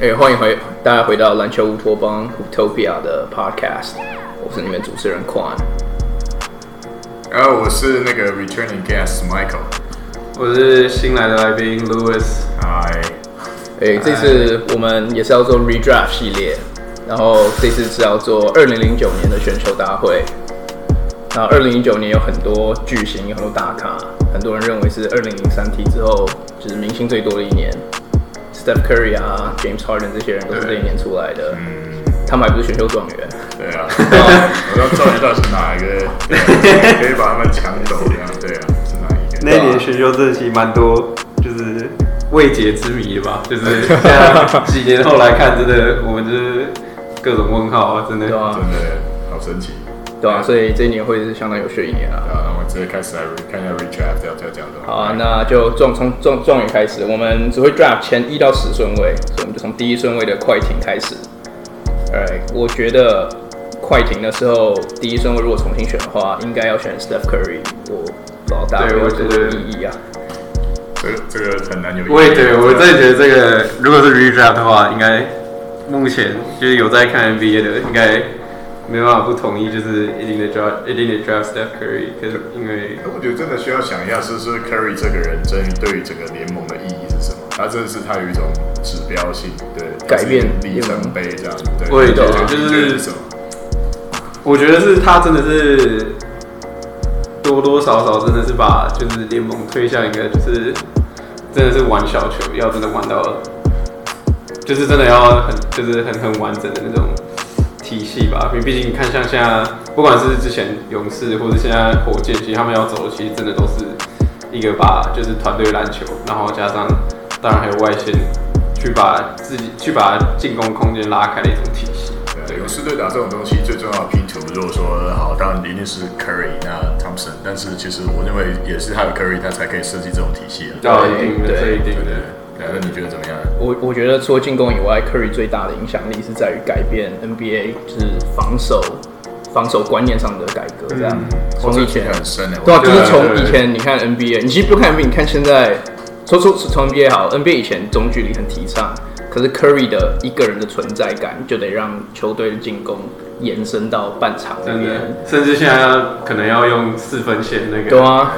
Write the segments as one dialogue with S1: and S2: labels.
S1: 哎、欢迎回大家回到篮球乌托邦 Utopia 的 Podcast，我是你们主持人 Quan。
S2: 然后我是那个 returning guest Michael，
S3: 我是新来的来宾 Louis，
S2: 嗨，
S1: 哎、这次我们也是要做 Redraft 系列，然后这次是要做2009年的选秀大会。那2019年有很多巨星，有很多大咖，很多人认为是2003 T 之后就是明星最多的一年，Steph Curry 啊、James Harden 这些人都是这一年出来的，他们还不是选秀状元。
S2: 对啊，我要知道你到底是哪一个，对啊可以把他们抢走这样，对啊，是哪一个？
S3: 那一年选秀这期蛮多，就是未解之谜的吧，就是现在几年后来看，真的我们就是各种问号啊，真的。
S1: 对啊，
S2: 真的好神奇。
S1: 对啊，所以这一年会是相当有趣的一年啊。
S2: 对啊，那我们直接开始来看一下 redraft 要要讲什么。
S1: 好啊，那就从从状状元开始，我们只会 draft 前一到十顺位，所以我们就从第一顺位的快艇开始。Alright，我觉得快艇的时候第一顺位如果重新选的话，应该要选 Steph Curry。我不知道大家有
S3: 对
S1: 没有
S3: 我
S1: 这
S3: 觉
S1: 个
S3: 得
S1: 异议啊？
S2: 这个这个很难有意见。
S3: 我也觉得，我真的觉得这个如果是 redraft 的话，应该目前就是有在看 NBA 的，应该没办法不同意，就是一定的 draft，一定的 draft Steph Curry，可是因为
S2: 哎我觉得真的需要想一下，是不是 Curry 这个人真对于整个联盟的意义是什么？他真的是他有一种指标性，对，
S1: 改变
S2: 就是里程碑这样。对，
S3: 我也
S1: 觉得
S2: 你
S3: 就是
S2: 觉得什么？
S3: 我觉得是他真的是多多少少真的是把就是联盟推向一个就是真的是玩小球，要真的玩到就是真的要很就是很很完整的那种体系吧。因为毕竟你看像现在不管是之前勇士或者现在火箭，其实他们要走的其实真的都是一个把就是团队篮球，然后加上当然还有外线。去把自己去把进攻空间拉开的一种体系，
S2: 对，勇士队打这种东西最重要的拼图，如果说好，当然一定是 Curry 那 Thompson，但是其实我认为也是他有 Curry，他才可以设计这种体系啊。
S3: 对啊，一定的，
S1: 对
S3: 这一定
S2: 对
S3: 的
S2: 对。对，那你觉得怎么样？
S1: 我我觉得除了进攻以外，Curry 最大的影响力是在于改变 NBA 就是防守防守观念上的改革，这
S3: 嗯
S1: 样从以前
S2: 这个很深的，
S1: 对啊，
S2: 我
S1: 就
S2: 觉
S1: 是
S2: 得
S1: 从以前你看 NBA，你其实不看 NBA，你看现在，说说从 NBA 好，NBA 以前中距离很提倡，可是 Curry 的一个人的存在感就得让球队的进攻延伸到半场里
S3: 真的
S1: 面。，
S3: 甚至现在可能要用四分线那个，
S1: 对，啊，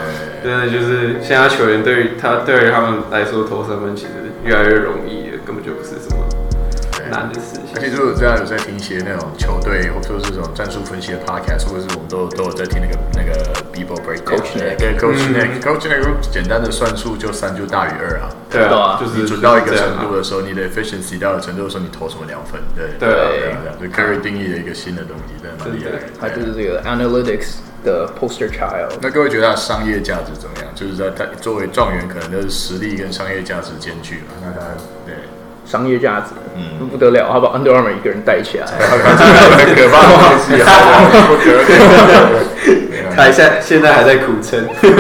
S3: 真的就是现在球员对于他对于他们来说投三分其实越来越容易了，根本就不是什么难的事
S2: 而
S3: 情。
S2: 且如果大哎家有在听一些那种球队，或者说是这种战术分析的 podcast，或者是我们都有都有在听那个那个 b e b o break
S1: Coach Nick
S2: 对 coach Nick，coach Nick 简单的算术就三就大于二啊。
S3: 对
S1: 对啊
S3: 啊，就是
S2: 你准到一个
S3: 这样
S2: 程
S3: 啊
S2: 度的时候，你的 efficiency 到一个程度的时候，你投什么两分？对
S3: 对啊
S2: 对啊，对啊就 Curry 定义了一个新的东西，真的蛮厉害的。
S1: 他就是这个 analytics 的 poster child。
S2: 那各位觉得它的商业价值怎么样？就是在它作为状元，可能就是实力跟商业价值兼具嘛。那他对，
S1: 商业价值，嗯，不得了，他把 Under Armour 一个人带起来，
S2: 很可怕的东西啊！不可
S3: 他现在现在啊还在苦撑，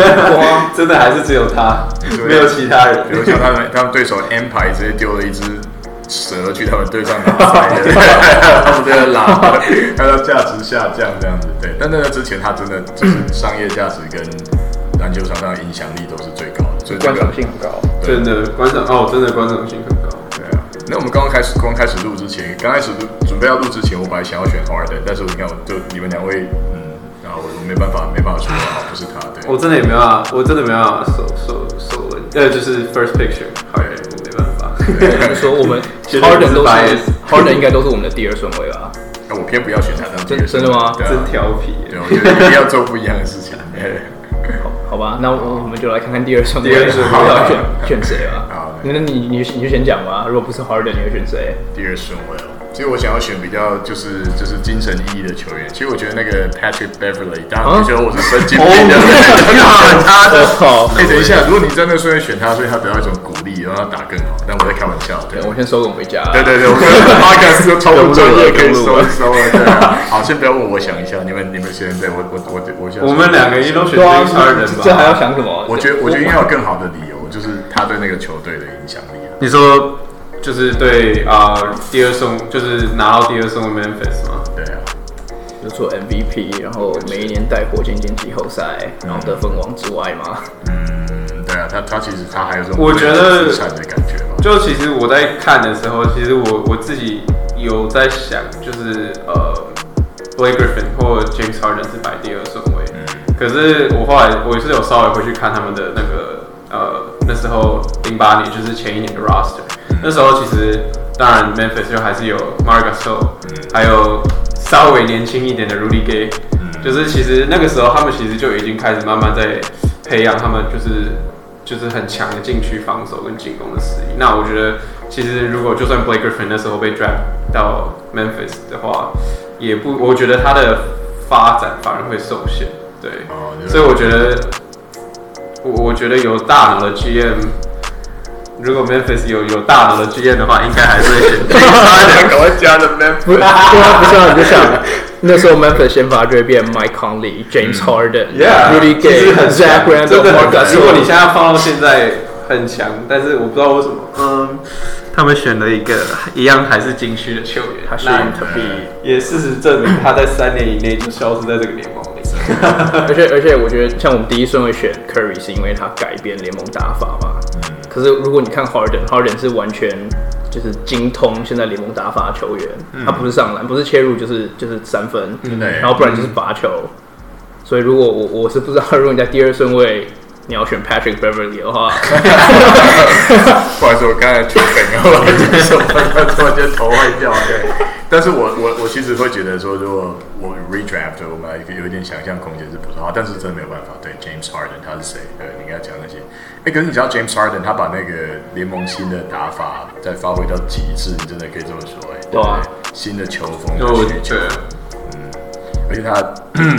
S3: 真的还是只有他，没有其他人
S2: 比。如像他们，他们对手 M 牌直接丢了一只蛇去他们队上拿牌， 他们真的拉，他的价值下降这样子。对，但在那之前，他真的就是
S1: 嗯
S2: 商业价值跟篮球场上的影响力都是最高的，所以这
S1: 观
S2: 个
S1: 赏性很 高。
S3: 真的观赏哦，真的观赏性很高。
S2: 对啊，那我们刚刚开始，刚开始录之前，刚开始录准备要录之前，我本来想要选 Harden，但是你看，我就你们两位，嗯，然后我我没办法，没办法说啊，不是他，对，
S3: 我真的也没办法，我真的没办法手手手纹，呃，就是 first picture，好人我没办法。
S1: 就是说我们
S3: 绝对不
S1: Harden
S3: 是
S1: 都是
S3: bias
S1: Harden 应该都是我们的第二顺位吧？
S2: 那我偏不要选他当第二
S1: 真真的吗
S2: 对啊
S3: 真调皮耶。
S2: 对，我觉得一定要做不一样的事情。对
S1: 好好吧，那我我们就来看看第二顺位
S3: 第二顺位
S1: 要选选谁吧
S2: 好。
S1: 那你你你就先讲吧，如果不是 Harden，你会选谁？
S2: 第二顺位哦，其实我想要选比较就是就是精神意义的球员。其实我觉得那个 Patrick Beverly，大家会觉得我是神经病
S3: 哦
S2: 的，很 好他的。
S1: 好
S2: 哎，等一下，如果你在那顺位选他，所以他得到一种鼓励，然后他打更好。但我在开玩笑，对
S1: 对，。我先收拢回家。
S2: 对对对，我们 podcast 都超不专业，可以收一收了。对啊，好，先不要问我想一下，你们你们先，对我我我我先。
S3: 我们两个一都选
S1: 对啊
S3: James Harden 吧？
S1: 这还要想什么？
S2: 我觉得我觉得应该有更好的理由，就是他对那个球队的影响力啊。
S3: 你说就是对啊、呃第二松就是拿到第二松的 Memphis 吗？
S2: 对啊，
S1: 就做 MVP，然后每一年带火箭进季后赛，然后得分王之外嘛。
S2: 嗯，对啊，他他其实他还有这种
S3: 我觉得
S2: 资产的感觉吧。
S3: 就其实我在看的时候，其实我我自己有在想，就是呃，Blake Griffin 或 James Harden 是摆第二顺位，可是我后来我也是有稍微回去看他们的那个呃那时候零八年就是前一年的 roster，、那时候其实当然 Memphis 就还是有 m a r g a s o l 还有稍微年轻一点的 Rudy Gay，、就是其实那个时候他们其实就已经开始慢慢在培养他们就是就是很强的禁区防守跟进攻的实力。那我觉得，其实如果就算 Blake Griffin 那时候被 draft 到 Memphis 的话，也不，我觉得他的发展反而会受限。对，
S2: 哦你说
S3: 所以我觉得，我我觉得有大脑的 GM，如果 Memphis 有有大脑的 GM 的话，应该还是会选
S2: 差一点赶快加了 Man，
S1: 不，对啊，不是啊，你就想那时候 Memphis 先发就会变 Mike Conley、James Harden、
S3: Yeah，
S1: Rudy
S3: 其
S1: Gay
S3: 实、很
S1: Zach
S3: 强
S1: Randolph、
S3: 真的
S1: m a r
S3: 很
S1: g a
S3: 强。如果你现在放到现在很强，但是我不知道为什么，嗯，他们选了一个一样还是禁区的球员，
S1: 他是
S3: 那
S1: to be，
S3: 也事实证明他在三年以内就消失在这个联盟里。
S1: 而且而且我觉得像我们第一顺位选 Curry 是因为他改变联盟打法嘛。可是如果你看 Harden，Harden 是完全就是精通现在联盟打法的球员，他不是上篮，不是切入就是就是三分，
S2: 的耶
S1: 然后不然就是罚球。所以如果我我是不知道，如果你在第二顺位你要选 Patrick Beverly 的话，
S2: 不好意思，我刚才确诊，然后这手突然间头坏掉。 对，但是我我我其实会觉得说，如果我 redraft，我们有一点想象空间是不错啊，但是真的没有办法。对，James Harden 他是谁？对，你跟他讲那些。哎，可是你知道 James Harden 他把那个联盟新的打法再发挥到极致，你真的可以这么说，哎，对
S1: 对
S2: 不
S1: 啊
S2: 对？新的球风
S3: 就我
S2: 的需求
S3: 对，，啊
S2: 而且他嗯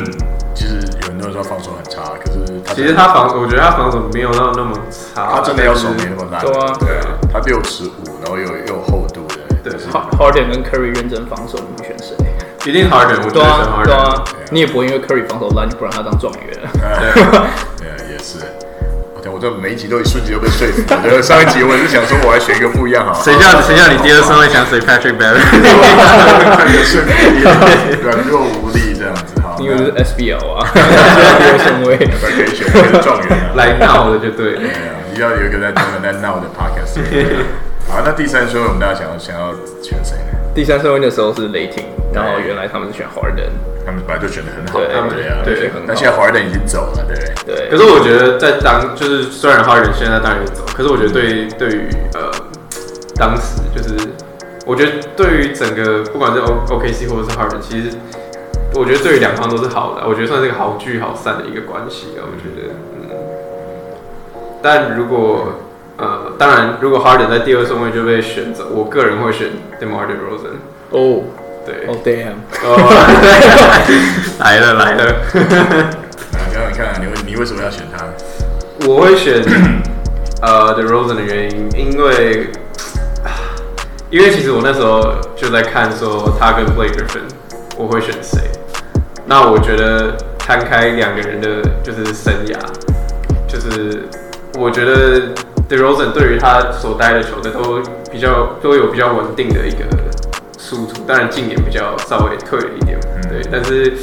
S2: 其实有很多人说防守很差，可是他
S3: 其实他防，我觉得他防守没有到那么差，
S2: 他真的要手
S3: 但
S2: 没
S3: 是
S2: 那么烂，
S1: 对啊
S2: 对啊，他六尺五，然后又又有厚度的，
S3: 对
S2: 就是
S1: 好 Harden 跟 Curry 认真防守，你会选谁？
S3: 一定 Harden，我觉
S1: 对
S3: 得是
S1: 啊，对
S3: Harden。
S1: 啊，你也不会因为 Curry 防守烂就不让他当状元。
S2: 对，也是。我讲我这每一集都一瞬间就被说服。我觉得上一集我也是想说，我还选一个不一样好了。
S3: 谁叫谁叫你第二顺位想谁 Patrick Barry？
S2: 也是软弱无力这样子哈。
S1: 因为是 SBL 啊，第二顺位。
S2: 那可以选一个状元啊。
S3: 来闹的就对了。
S2: 对啊，一定要有一个在专门在闹的 podcast。好，那第三顺位我们大家想要想要选谁呢？
S1: 第三顺位的时候是雷霆，然后原来他们是选 Harden，
S2: 他们本来就选的很好，
S1: 对
S2: 对啊，
S1: 对很好
S2: 但现在华人已经走了，对不对？
S1: 对
S3: 可，是我觉得在当就是虽然哈人现在当然也走，可是我觉得对对于呃当时就是我觉得对于整个不管是 O OKC 或者是哈人，其实我觉得对于两方都是好的，我觉得算是一个好聚好散的一个关系啊。我觉得，嗯。但如果呃，当然，如果哈人在第二顺位就被选走，我个人会选 Demar Derozan。
S1: 哦
S3: 对，哦
S1: 哦 damn，
S3: 来了来了，
S2: 来想想看啊，你为你为什么要选他？
S3: 我会选呃 The Rosen 的原因，因为因为其实我那时候就在看说他跟 Blake Griffin 我会选谁，那我觉得摊开两个人的就是生涯，就是我觉得 The Rosen 对于他所待的球队都比较都有比较稳定的一个输出，当然近年比较稍微退了一点，对，但是。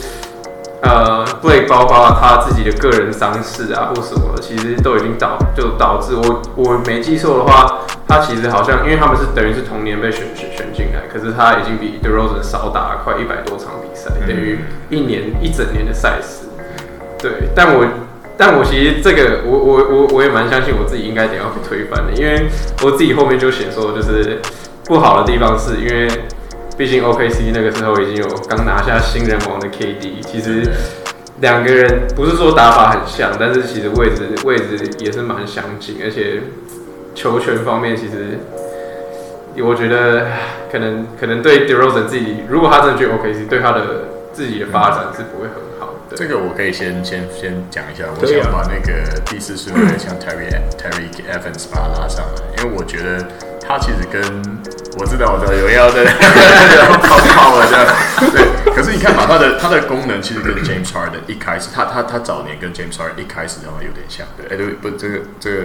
S3: 呃，Blake 包括他自己的个人伤势啊或什么的，其实都已经导就导致我我没记错的话，他其实好像因为他们是等于是同年被选选选进来，可是他已经比 DeRozan 少打了快一百多场比赛，等于一年一整年的赛事。对，但我但我其实这个我我我我也蛮相信我自己应该得要被推翻的，因为我自己后面就写说，就是不好的地方是因为，毕竟 OKC 那个时候已经有刚拿下新人王的 KD，其实两个人不是说打法很像，但是其实位置位置也是蛮相近，而且球权方面其实。我觉得唉可能可能对 DeRozan 自己，如果他真的去 OKC，对他的自己的发展是不会很好的。
S2: 这个我可以先先先讲一下，我
S1: 可以
S2: 想
S1: 啊
S2: 把那个第四顺位像 Terry Terry Evans 把他拉上来，因为我觉得他其实跟我知道我知道有人要在 要泡泡了这样，对。可是你看嘛，他的他的功能其实跟 James Harden 一开始，他他他早年跟 James Harden 一开始好像有点像，对，哎、对，不，这个这个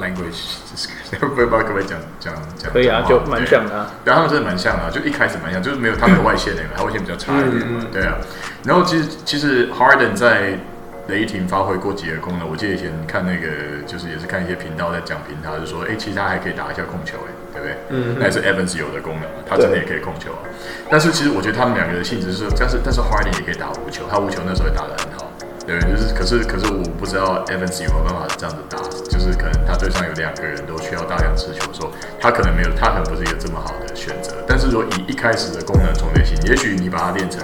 S2: language discussion 不知道可不可以讲讲讲
S1: 可以啊，
S2: 脏话
S1: 就蛮
S2: 对
S1: 像的啊。
S2: 对啊，他们真的蛮像的、啊，就一开始蛮像，就是没 嗯有他们的外线那个，他外线比较差一点嘛，对啊。然后其实其实 Harden 在雷霆发挥过几个功能。我记得以前看那个，就是也是看一些频道在讲评他，就说，哎、其实他还可以打一下控球、哎，对不对？嗯，那也是 Evans 有的功能嘛，他真的也可以控球啊。但是其实我觉得他们两个的性质是，但是但是 Harden 也可以打无球，他无球那时候也打得很好。对，就是可是可是我不知道 Evans 有没有办法这样子打，就是可能他对上有两个人都需要大量持球的时候，他可能没有，他可能不是一个这么好的选择。但是如果以一开始的功能重叠性，也许你把它练成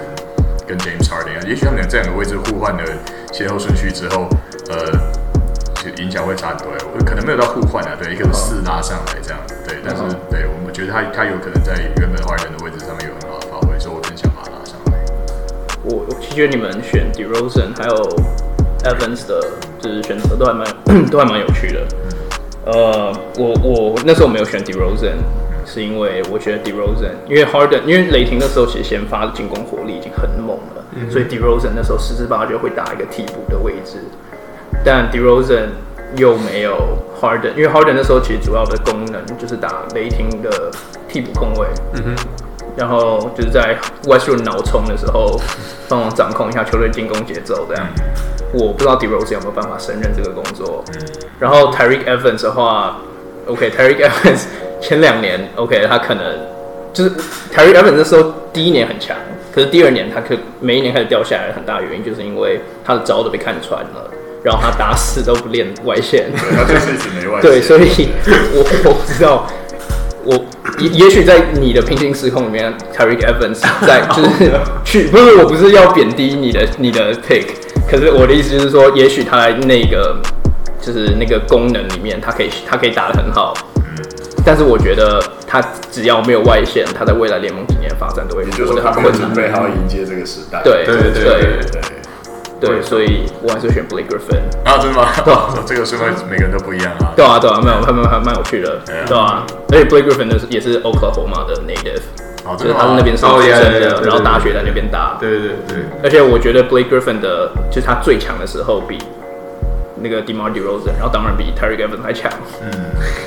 S2: 跟 James Harden 啊，也许他们俩这两个位置互换的先后顺序之后，呃，就影响会差很多。我可能没有到互换啊，对，一个是四拉上来这样，对，但是对我们觉得他他有可能在原本坏人的位置上面有很好的发挥，所以我更想把他拉上来。
S1: 我我其实觉得你们选 DeRozan 还有 Evans 的，就是选择都还蛮 都还蛮有趣的。呃，我我那时候没有选 DeRozan，是因为我觉得 DeRozan，因为 Harden，因为雷霆那时候其实先发的进攻火力已经很猛了，所以 DeRozan 那时候十之八九会打一个替补的位置，但 DeRozan 又没有 Harden，因为 Harden 那时候其实主要的功能就是打雷霆的替补控卫，然后就是在 Westbrook 脑冲的时候，帮忙掌控一下球队进攻节奏这样。我不知道 d e r o s e 有没有办法胜任这个工作。然后 Tyreek Evans 的话，OK，Tyreek、Evans 前两年 OK，他可能就是 Tyreek Evans 那时候第一年很强，可是第二年他可每一年开始掉下来，很大原因就是因为他的招都被看穿了，然后他打死都不练外线。
S2: 对他就是一直没 外
S1: 对，所以我我不知道，我也也许在你的平行时空里面，Tyreek Evans 在就是去， 不是我不是要贬低你的你的 pick，可是我的意思就是说，也许他在那个就是那个功能里面，他可以他可以打得很好。但是我觉得他只要没有外线，他在未来联盟几年发展都会
S2: 就是
S1: 活
S2: 说
S1: 得
S2: 他
S1: 很
S2: 没有
S1: 困难。
S2: 准备好迎接这个时代。
S1: 对
S3: 对对对
S1: 对
S2: 对。
S1: 对，所以我还是选 Blake Griffin。
S2: 啊，真的吗？
S1: 对啊
S2: 这个顺位每个人都不一样啊。
S1: 对啊，对啊，蛮有蛮蛮蛮有趣的，
S3: 哎
S2: 啊
S1: 对啊。而且 Blake Griffin 是也是 Oklahoma 的 native，
S2: 哦，
S1: 就是
S2: 真的
S1: 他
S2: 吗
S1: 们那边是
S3: 哦
S1: 出生
S3: 对对
S1: 的，
S3: 对
S1: 然后大学在那边打。
S3: 对对对，
S1: 而且我觉得 Blake Griffin 的，就是他最强的时候比那个 Demar Derozan，然后当然比 Terry Gavin 还强，
S2: 嗯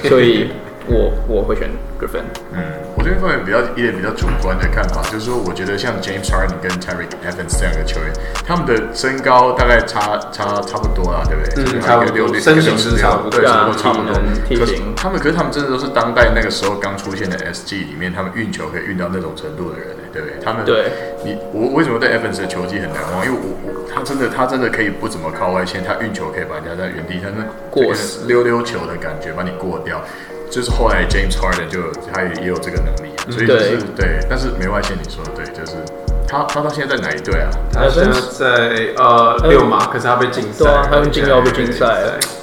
S1: 所以我我会选 Griffin。
S2: 嗯，我这边方面比较一点比较主观的看法，就是说，我觉得像 James Harden 跟 Terry Evans 这样的球员，他们的身高大概差差差不多啦，啊对不对？就是
S3: 嗯差不多
S2: 一个六六
S3: 身形是差不多
S2: 对，
S1: 对啊
S2: 差不多差不多
S1: 体能。体
S2: 可是
S1: 型
S2: 他们，可是他们真的都是当代那个时候刚出现的 SG 里面，他们运球可以运到那种程度的人、欸对不对？他们
S1: 对
S2: 你我为什么对 Evans 的球技很难忘？因为我我他真的他真的可以不怎么靠外线，他运球可以把人家在原地，他那
S1: 过
S2: 这个
S1: 死
S2: 溜溜球的感觉把你过掉。就是后来 James Harden 就他也也有这个能力、啊，
S3: 嗯
S2: 所以就是对，但是没外线你说的对，就是他他到现在在哪一队啊？
S3: 他现在在呃六嘛，可是他被禁赛
S1: 对啊，他
S3: 了，
S1: 们进要被竞赛，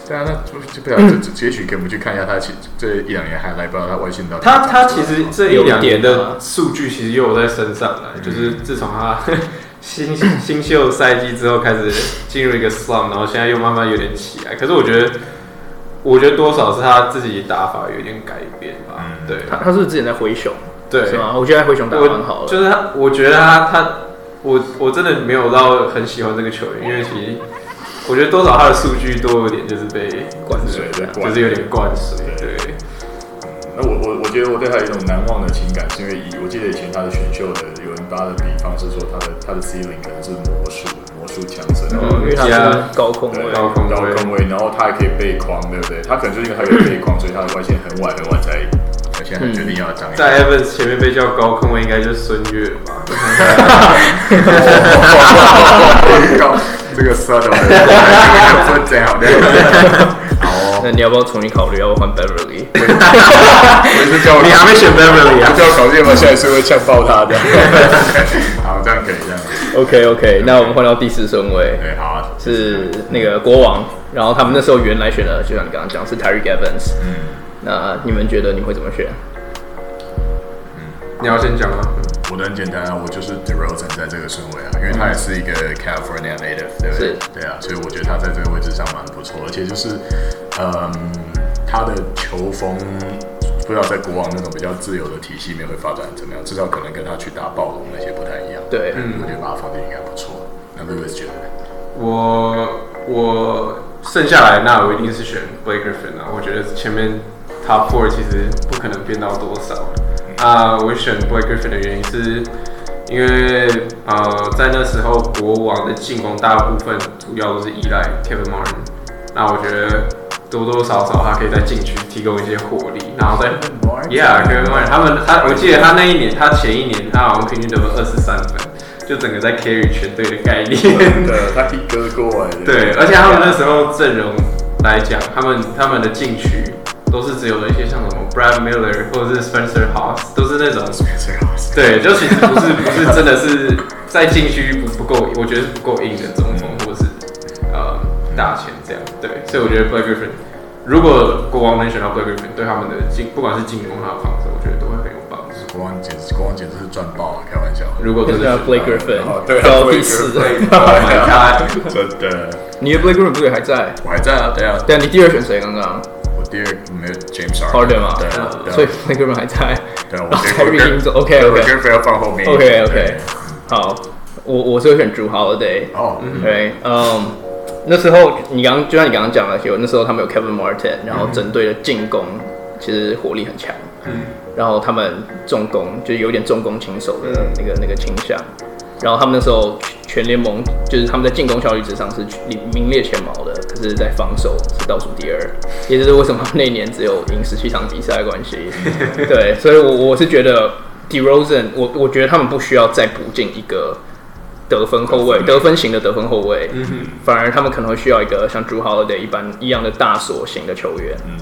S2: 对啊，那就就不
S3: 嗯
S2: 想这也许可以我们去看一下他其这一两年还来不知道他外线到底
S3: 他他其实这一
S1: 有一
S3: 两年
S1: 点啊
S3: 的数据其实又有在升上来，就是自从他 新新秀赛季之后开始进入一个 slump，然后现在又慢慢有点起来。可是我觉得，我觉得多少是他自己打法有点改变吧。
S2: 嗯
S3: 对
S1: 他他是不是之前在灰熊？
S3: 对
S1: 是吗？我觉得在灰熊打得蛮好
S3: 我
S1: 的。
S3: 就是他，我觉得他他我我真的没有到很喜欢这个球员，因为其实我觉得多少他的数据都有点就是被灌水
S2: 对
S3: 的，
S2: 被灌
S3: 就是有点灌水。对，
S2: 那我我我觉得我对他有一种难忘的情感，是因为以我记得以前他的选秀的有人打的比方是说他的他的 ceiling 可能是魔术魔术强森，然后
S1: 嗯因为他是高空
S2: 对
S1: 位，
S3: 高空位
S2: 高空位，然后他还可以背框，对不对？他可能就是因为他可以背框，所以他的外线很晚很晚才，而且他决定要长 一
S3: 嗯在 Evans 前面被叫高空位应该就是孙悦吧。
S2: 高， 这个 s u d d l 的 put down，对不对？ 好哦，
S1: 那你要不要重新考虑要不要换 Beverly？
S2: 我是叫
S3: 你还没选 Beverly 啊？
S2: 叫考虑嘛，下一次会呛爆他的。 好，这样可以，这样可以。
S1: OK OK，那我们换到第四顺位
S2: 对，好啊，
S1: 是那个国王，然后他们那时候原来选的，就像你刚刚讲是 Terry Evans。
S2: 嗯，
S1: 那你们觉得你会怎么选？
S3: 你要先讲吗？
S2: 我的很简单啊，我就是 DeRozan 在这个顺位啊，因为他也是一个 California native，对不
S1: 嗯
S2: 对
S1: 是？
S2: 对啊，所以我觉得他在这个位置上蛮不错，而且就是，嗯，他的球风不知道在国王那种比较自由的体系里面会发展怎么样，至少可能跟他去打暴龙那些不太一样。嗯
S1: 对
S2: 我觉得把他放进应该不错。那 Louis 觉得呢？
S3: 我我剩下来，那我一定是选 Blake Griffin 啊。我觉得前面 Top 嗯 Four 其实不可能变到多少啊、我选 Blake Griffin 的原因是，因为呃，在那时候国王的进攻大部分主要都是依赖 Kevin Martin，那我觉得多多少少他可以在禁区提供一些火力，然后在 Yeah，Kevin Martin 他们他我记得他那一年他前一年他好像平均得分二十三分，就整个在 carry 全队的概念。
S2: 对，他一哥过来的。
S3: 对，而且他们那时候阵容来讲，他们他们的禁区都是只有一些像什么 Brad Miller 或者是 Spencer Hawes，都是那种
S2: 最好是
S3: 对，就其实不是不是真的是在禁区不不够，我觉得是不够硬的中锋或者是呃大前这样。对，所以我觉得 Black Griffin 如果国王能选到 Black Griffin，对他们的进不管是进攻还有防守，我觉得都会很有帮助。
S2: 国王简直国王简直是赚爆了，开玩笑。
S3: 如果真的
S1: 叫
S3: 选
S1: Blake
S3: 到
S1: Griffin，
S2: 哦 对啊
S1: 到
S2: Blake
S1: 第四。
S3: Oh my
S2: 真
S3: god！
S2: 的，
S1: 你的 Blake Griffin 不是也还在？
S2: 我还在啊，对啊，
S1: 对啊，你第二选谁刚刚？
S2: 我第二没有 James
S1: Harden 嘛
S2: 对啊，对啊
S1: 所以 Blake Griffin 还在。
S2: 对
S1: 然后
S2: 啊，我
S1: Kyrie 已经走，OK，OK
S2: 我 Griffin 要放后面。
S1: OK
S2: 对
S1: OK，好，我我是会选 Drew Holiday。
S2: 哦，
S1: 对，嗯，那时候你刚就像你刚刚讲的，有那时候他们有 Kevin Martin，然后整队的进攻其实火力很强，
S3: 嗯，
S1: 然后他们重攻就是有点重攻轻守的那个、那个倾向，然后他们那时候全联盟就是他们在进攻效率值上是名列前茅的，可是在防守是倒数第二，也就是为什么他们那年只有赢十七场比赛的关系。对，所以我我是觉得 DeRozan，我我觉得他们不需要再补进一个。得分后卫，得分型的得分后卫，
S3: 嗯哼，
S1: 反而他们可能会需要一个像朱浩的一般一样的大锁型的球员。
S2: 嗯，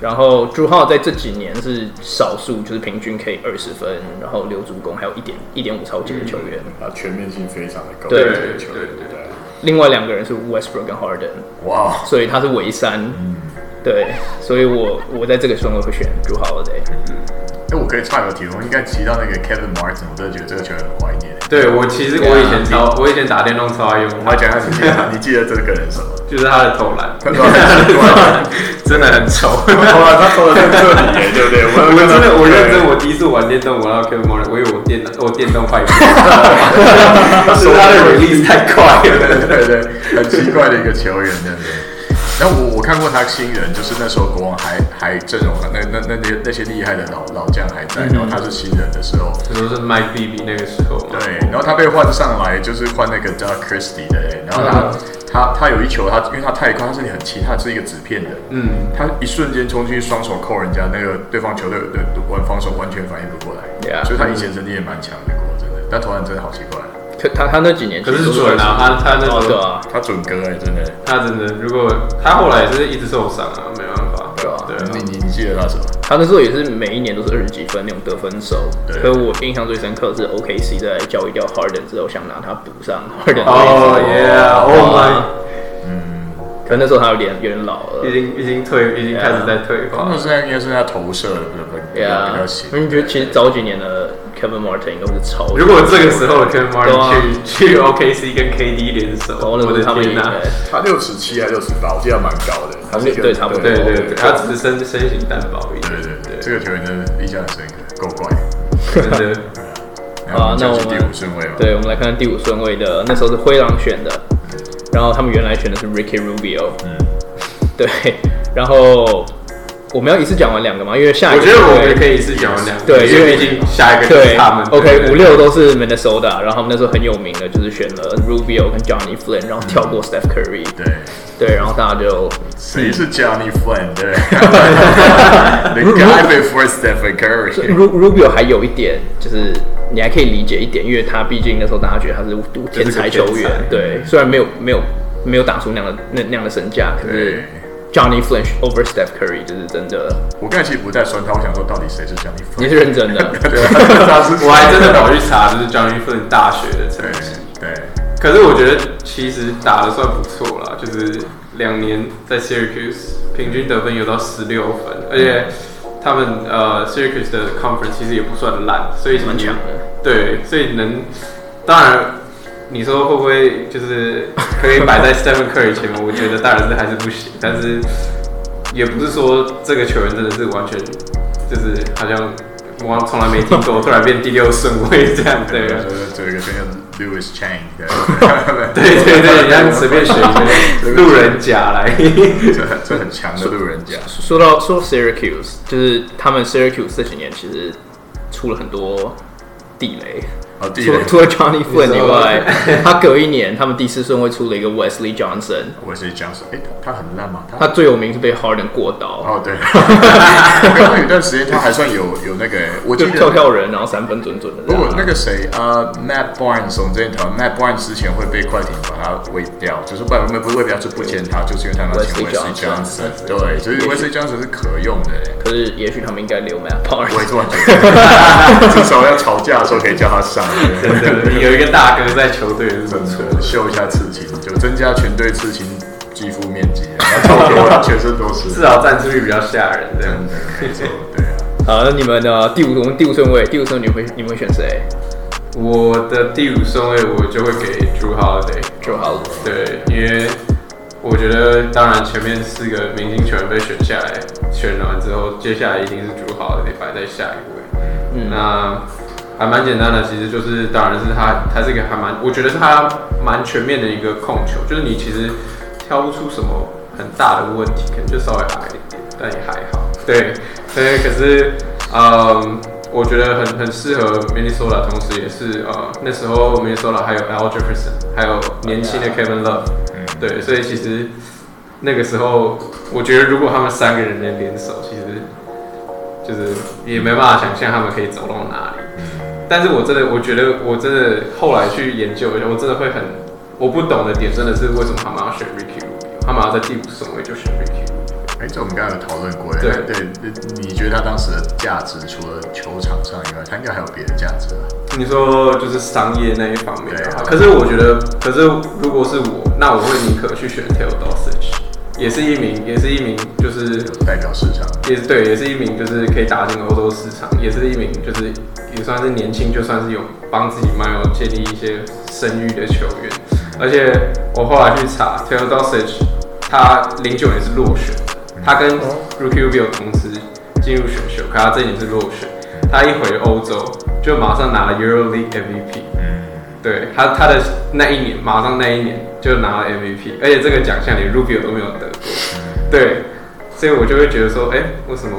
S1: 然后朱浩在这几年是少数，就是平均可以二十分，然后六助攻，还有一点一点五超级的球员。
S3: 嗯
S2: 他全面性非常的高，
S1: 对
S2: 这个球
S3: 对对
S2: 对，
S1: 另外两个人是 Westbrook 跟 Harden，
S2: 哇，
S1: 所以他是唯三。对，所以我我在这个顺位会选朱浩的。
S2: 哎，我可以岔个题，我们应该提到那个 Kevin Martin，我真的觉得这个球员很怀念。
S3: 对我其实我以前超我以前打电动超爱用
S2: 我
S3: 它
S2: 来，讲一下，你记得你记得这个人什么？
S3: 就是他的投篮，
S2: 他投篮奇怪
S3: 真的很丑。
S2: 投篮他投的在这里 耶，对不对？
S3: 我真的，我认真，
S2: 我
S3: 我第一次玩电动玩到 Kevin Morgan，我以为我电我电动坏掉，
S2: 是啊
S3: 是他的 release 太快
S2: 对
S3: 了。
S2: 对对对，很奇怪的一个球员，对不对？然后我我看过他新人，就是那时候国王还还阵容那那那那些那些厉害的老老将还在，然后他是新人的时候，
S3: 这都是 Mike Bibby 那个时候嘛，
S2: 对，然后他被换上来就是换那个 Doug Christie 的人，然后他、他他有一球，他因为他太快，他身体很轻，他是一个纸片人，
S3: 嗯，
S2: 他一瞬间冲进去，双手扣人家，那个对方球队的完防守完全反应不过来
S1: Yeah
S2: 所以他以前真的也蛮强的，国真的，但投篮真的好奇怪，
S1: 可他他那几年
S3: 可是
S1: 其实都
S3: 准啊，他他那
S1: 哦对
S3: 个
S1: 啊，
S2: 他准哥哎、真的。
S3: 他真的，如果他后来也是一直受伤啊，没办法，
S1: 对啊
S3: 对
S2: 你你你记得他什么？
S1: 他那时候也是每一年都是二十几分那种得分手。
S2: 对
S1: 可我印象最深刻是 OKC 在交易掉 Harden 之后，想拿他补上 Harden 的
S3: 哦
S1: 位置
S3: yeah，Oh
S1: 哇
S3: my，
S1: 可能那时候他有点有点老
S3: 已
S1: 了。
S3: 经已经退，已经开始在退化
S2: 那
S3: 了。
S2: 是在应该是他投射的，不是不是比较比较
S1: Yeah，
S2: 行。
S1: 因为觉得其实早几年的 Kevin Martin 都是超级，
S3: 如果这个时候 Kevin
S1: 对啊
S3: Morgan 去去 OKC 跟 KD 联手，
S1: 哦那
S3: 我
S1: 时
S3: 的
S1: 候他们
S3: 天
S1: 赢
S3: 哪！
S1: 了，
S2: 他六尺七还六尺八，我记得蛮高的。他是一个
S1: 对差不多
S3: 对对对，
S2: 对
S3: 他只是身身形单薄 一点
S2: 对，对，这
S3: 对，
S2: 个球员真的印象很深刻，够怪。
S3: 真的，
S2: 然后我
S1: 那
S2: 们讲
S1: 我
S2: 去
S1: 们
S2: 第五顺位嘛，
S1: 对，我们来看看第五顺位的，那时候是灰狼选的，然后他们原来选的是 Ricky Rubio，
S2: 嗯，
S1: 对，然后我们要一次讲完两个吗？因为下一
S3: 我
S1: 个
S3: 觉得我
S1: 顺位
S3: 们可以是讲两个，
S1: 对
S3: 因为
S1: 因为
S3: 毕竟下一个就是
S1: 对
S3: 他们。
S1: ，OK，五六都是 Minnesota，然后他们那时候很有名的就是选了 Rubio 跟 Johnny Flynn，然后跳过 Steph Curry，
S2: 对，
S1: 对，然后大家就
S2: 谁是 Johnny Flynn？对，The guy before Stephen Curry。
S1: Ru Rubio 还有一点就是你还可以理解一点，因为他毕竟那时候大家觉得他是天才球
S3: 就是
S1: 员
S3: 个天才，
S1: 对，虽然没有没有没有打出那样的那那样的身价，可是
S2: 对，
S1: Johnny Flynn over Steph Curry 就是真的，
S2: 我刚才其实不太酸他，我想说到底谁是 Johnny
S1: 你
S2: Flynn？，
S1: 是认真的
S2: 对，他是
S3: 我还真的跑去查，就是 Johnny Flynn 大学的成
S2: 对
S3: 绩。
S2: 对。
S3: 可是我觉得其实打的算不错啦，就是两年在 Syracuse 平均得分有到十六分，而且
S1: 嗯
S3: 他们呃 Syracuse 的 conference 其实也不算烂，所以
S1: 蛮强的。
S3: 对，所以能当然。你说会不会就是可以摆 在 Stephen Curry 前面？我觉得当然是还是不行，但是也不是说这个球员真的是完全就是好像我从来没听过，突然变第六顺位这样对。啊
S2: 这个叫 Louis Chang 的，
S3: 对对对，人家随便选一个路人甲来。
S2: 这很这很强的路人甲，
S1: 说到说 Syracuse，就是他们 Syracuse 这几年其实出了很多地雷，
S2: 好，哦第一
S1: 除
S2: 轮
S1: 除了 Johnny Flynn
S3: 你
S1: 以
S3: 说
S1: 外，他隔一年他们第四顺位出了一个 Wesley Johnson，
S2: 我是 Johnson，哎、他他很烂嘛，
S1: 他最有名是被 Harden 过刀，
S2: 哦，对， 刚刚有一段时间他还算有有那个，我记
S1: 就
S2: 得
S1: 跳跳人，然后三分准准的这
S2: 如
S1: 样
S2: 果。那个谁，呃，Matt Barnes，我们之前讨论 Matt Barnes 之前会被快艇把他喂掉，就是不然我们不会表示不签他，就是因为他拿钱
S1: Wesley
S2: Wesley
S1: Johnson，
S2: Johnson，对，所以 Wesley Johnson 是可用的。欸
S1: 可是也许他们应该留 Matt
S2: 我
S1: Barnes，
S2: 也突然觉得， 至少要吵架的时候可以叫他上，
S3: 真的有一个大哥在球队是
S2: 真
S3: 不错。
S2: 的秀一下刺青，就增加全队刺青肌肤面积，然后超多，全身都是，
S3: 至少战术率比较吓人，这样
S2: 真的没错，对啊。
S1: 好，那你们的第五从第五顺位，第五顺位你会你们会选谁？
S3: 我的第五顺位我就会给 Drew Holiday，
S1: 就好了。
S3: 对，因为我觉得当然前面四个明星球员被选下来，选完之后，接下来一定是 Drew Holiday 摆在下一位。
S1: 嗯
S3: 那还蛮简单的，其实就是当然是他，他是一个还蛮，我觉得是他蛮全面的一个控球，就是你其实挑不出什么很大的问题，可能就稍微矮一点，但也哎还好。对，对，可是嗯，我觉得很很适合 Minnesota，同时也是呃那时候 Minnesota 还有 Al Jefferson，还有年轻的 Kevin Love，、对，所以其实那个时候我觉得如果他们三个人能联手，其实。就是也没办法想象他们可以走到哪里。但是我真的，我觉得我真的后来去研究一下，我真的会很我不懂的点，真的是为什么他们要选 Ricky Rubio，他们要在第五顺位就选 Ricky Rubio。
S2: 哎，这我们刚刚有讨论过耶。
S3: 对
S2: 对，你觉得他当时的价值除了球场上以外，他应该还有别的价值吧？
S3: 你说就是商业那一方面
S2: 对啊
S3: 可是我觉得，可是如果是我，那我会宁可去选 Taylor Dosage，也是一名，也是一名，就是
S2: 有代表市场。
S3: 也是对，也是一名就是可以打进欧洲市场，也是一名就是也算是年轻，就算是有帮自己蛮有建立一些声誉的球员。而且我后来去查 t e o d o s i c 他零九年是落选的，他跟 Rookie Rubio 同时进入选秀，可他这一年是落选。他一回欧洲就马上拿了 Euro League MVP，
S2: 嗯，
S3: 对他他的那一年，马上那一年就拿了 MVP，而且这个奖项连 Rubio 都没有得过，对，所以我就会觉得说，哎、为什么？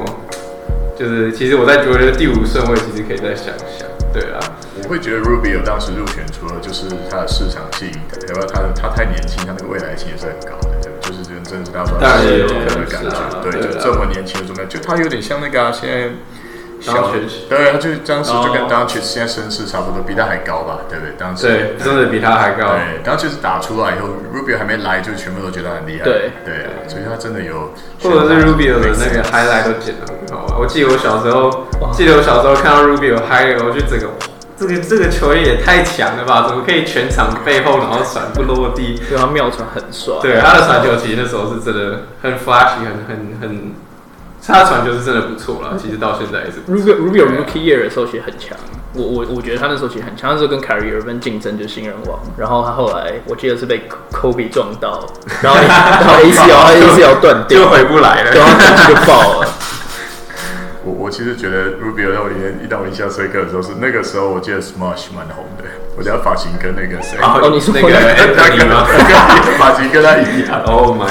S3: 就是其实我在觉得第五顺位其实可以再想一想，对啊，
S2: 我会觉得 Rubio 当时入选，除了就是他的市场吸引的，要不然他的他太年轻，他那个未来性也是很高的，对就是真真的是大家说
S3: 当然
S2: 是有
S3: 是
S2: 的感
S3: 是啊
S2: 觉，对，
S3: 对啊
S2: 就这么年轻的状态，就他有点像那个啊，现在。
S3: 当
S2: 小
S3: 选
S2: 对，他就当时就跟
S1: 哦
S2: 当时现在身世差不多，比他还高吧，对不对？当时
S3: 对，真的比他还高，
S2: 对，然后就是打出来以后，Rubio 还没来，就全部都觉得很厉害。
S1: 对
S2: 对啊，所以他真的有，
S3: 或者是 Rubio 的那个 highlight 都剪得很好啊。我记得我小时候，记得我小时候看到 Rubio highlight，我就整个。这个这个球员也太强了吧！怎么可以全场背后然后传不落地？
S1: 对他妙传很帅。
S3: 对，他的传球其实那时候是真的很 flashy，很很很，他的传球是真的不错了。其实到现在也是不错。
S1: ，Rubio Rubio Rookie Year 的时候其实很强，我我我觉得他那时候其实很强，那时候跟凯 a r r 竞争就是新人王，然后他后来我记得是被 Kobe 撞到，然后然后 ACL 他 ACL 断
S3: 就
S1: 掉，
S3: 回不来
S1: 然
S3: 了。
S1: 后东西就爆了。
S2: 我我其实觉得 Rubio 让我以前让我印象深刻的时候是那个时候，我记得 Smash 蛮红的，我觉得发型跟那个谁，
S1: 哦你是
S3: 那
S1: 回
S3: 个
S1: 来
S3: 啊 Anthony 吗
S2: 发型跟他一样，
S3: ？Oh my，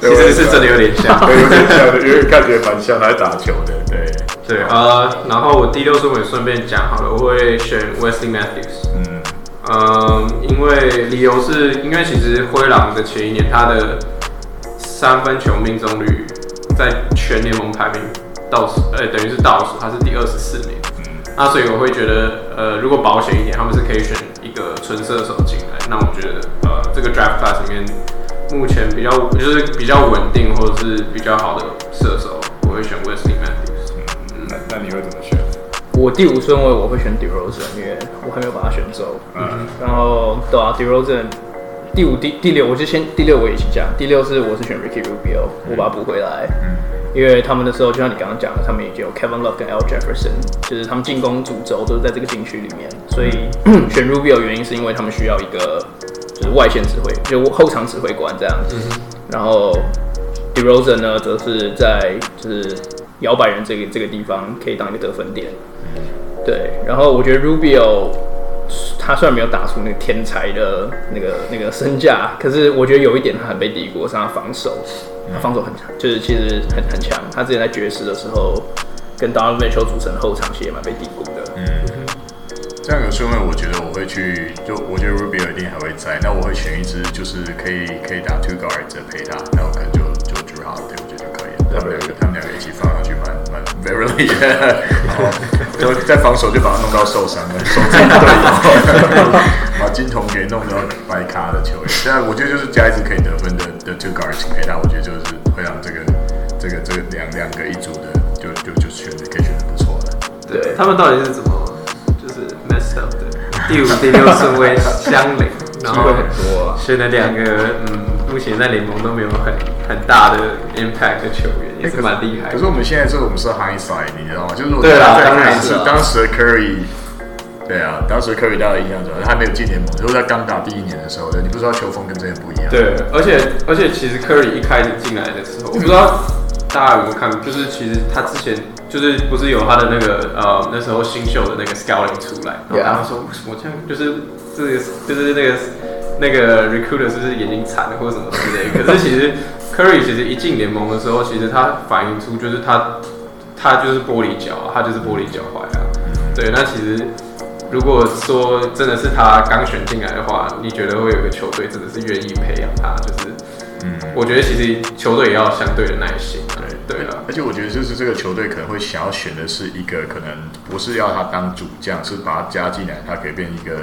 S3: 其实是真的有点像。
S2: 对，有点像的，因为感觉蛮像他在打球的，对，
S3: 对，呃，然后我第六顺位顺便讲好了，我会选 Wesley Matthews。
S2: 嗯，
S3: 嗯，因为理由是因为其实灰狼的前一年他的三分球命中率在全联盟排名倒数，呃，等于是倒数，他是第二十四名。那所以我会觉得，呃，如果保险一点，他们是可以选一个纯射手进来。那我觉得，呃，这个 draft class 里面，目前比较就是比较稳定或者是比较好的射手，我会选 Wesley Matthews。
S2: 那那你会怎么选？
S1: 我第五顺位我会选 DeRozan，因为我还没有把他选走。
S2: 嗯
S1: 然后对啊，DeRozan 第五、第第六，我就先第六我也一起讲。第六是我是选 Ricky Rubio，我把他补回来，嗯因为他们的时候就像你刚刚讲的，他们已经有 Kevin Love 跟 Al Jefferson，就是他们进攻主轴都是在这个禁区里面，所以 选 Rubio 原因是因为他们需要一个就是外线指挥，就后场指挥官这样。然后 DeRozan 呢，则是在就是摇摆人这个这个地方可以当一个得分点。对，然后我觉得 Rubio 他虽然没有打出那个天才的那个那个身价，可是我觉得有一点他很被低估，是他防守，
S3: 嗯
S1: 他防守很就是其实很很强。他之前在爵士的时候，跟 Donovan Mitchell 组成后场其实也蛮被低估的。
S2: 嗯，这样有顺位，我觉得我会去，就我觉得 Rubio 一定还会在，那我会选一支就是可以可以打 two guard 再配他，那我可能就就 Drew Holiday，我觉得就可以了。他们两个他们两个一起放上去，蛮蛮 very 厉害，然后在防守就把他弄到受伤了，手指队友，把金童给弄到白卡的球员。现在我觉得就是加一支可以得分的的 two guard 配他，我觉得就是会让这个这个这个两两个一组的就就就选的可以选的不错了。
S3: 对他们到底是怎么就是 messed up 的？第五、第六顺位相邻，然
S1: 机
S3: 后
S1: 会很多啊。
S3: 选了两个嗯，目前在联盟都没有很很大的 impact 的球员，也是蛮厉害
S2: 哎可
S3: 的
S2: 是。我们现在这种是 hindsight，你知道吗？就是我
S3: 对啦
S2: 在
S3: 当然
S2: 看是
S1: 是啊
S2: 当时的 Curry，对啊，当时 Curry 大家的印象中，他没有进联盟，就是他刚打第一年的时候，你不知道球风跟这些不一样。，
S3: 对，而且而且其实 Curry 一开始进来的时候，我不知道大家有没有看，就是其实他之前就是不是有他的那个呃那时候新秀的那个 scouting 出来，然后
S1: Yeah
S3: 大家说为什么这样，就是这个就是那个那个 recruiter 是不是眼睛残了或者什么之类的？可是其实 Curry 其实一进联盟的时候，其实他反映出就是他他就是玻璃脚、啊，他就是玻璃脚踝啊。对，那其实如果说真的是他刚选进来的话，你觉得会有一个球队真的是愿意培养他？就是
S2: 嗯，
S3: 我觉得其实球队也要有相对的耐心、啊。
S2: 对
S3: 对啊，
S2: 而且我觉得就是这个球队可能会想要选的是一个可能不是要他当主将，是把他加进来，他可以变一个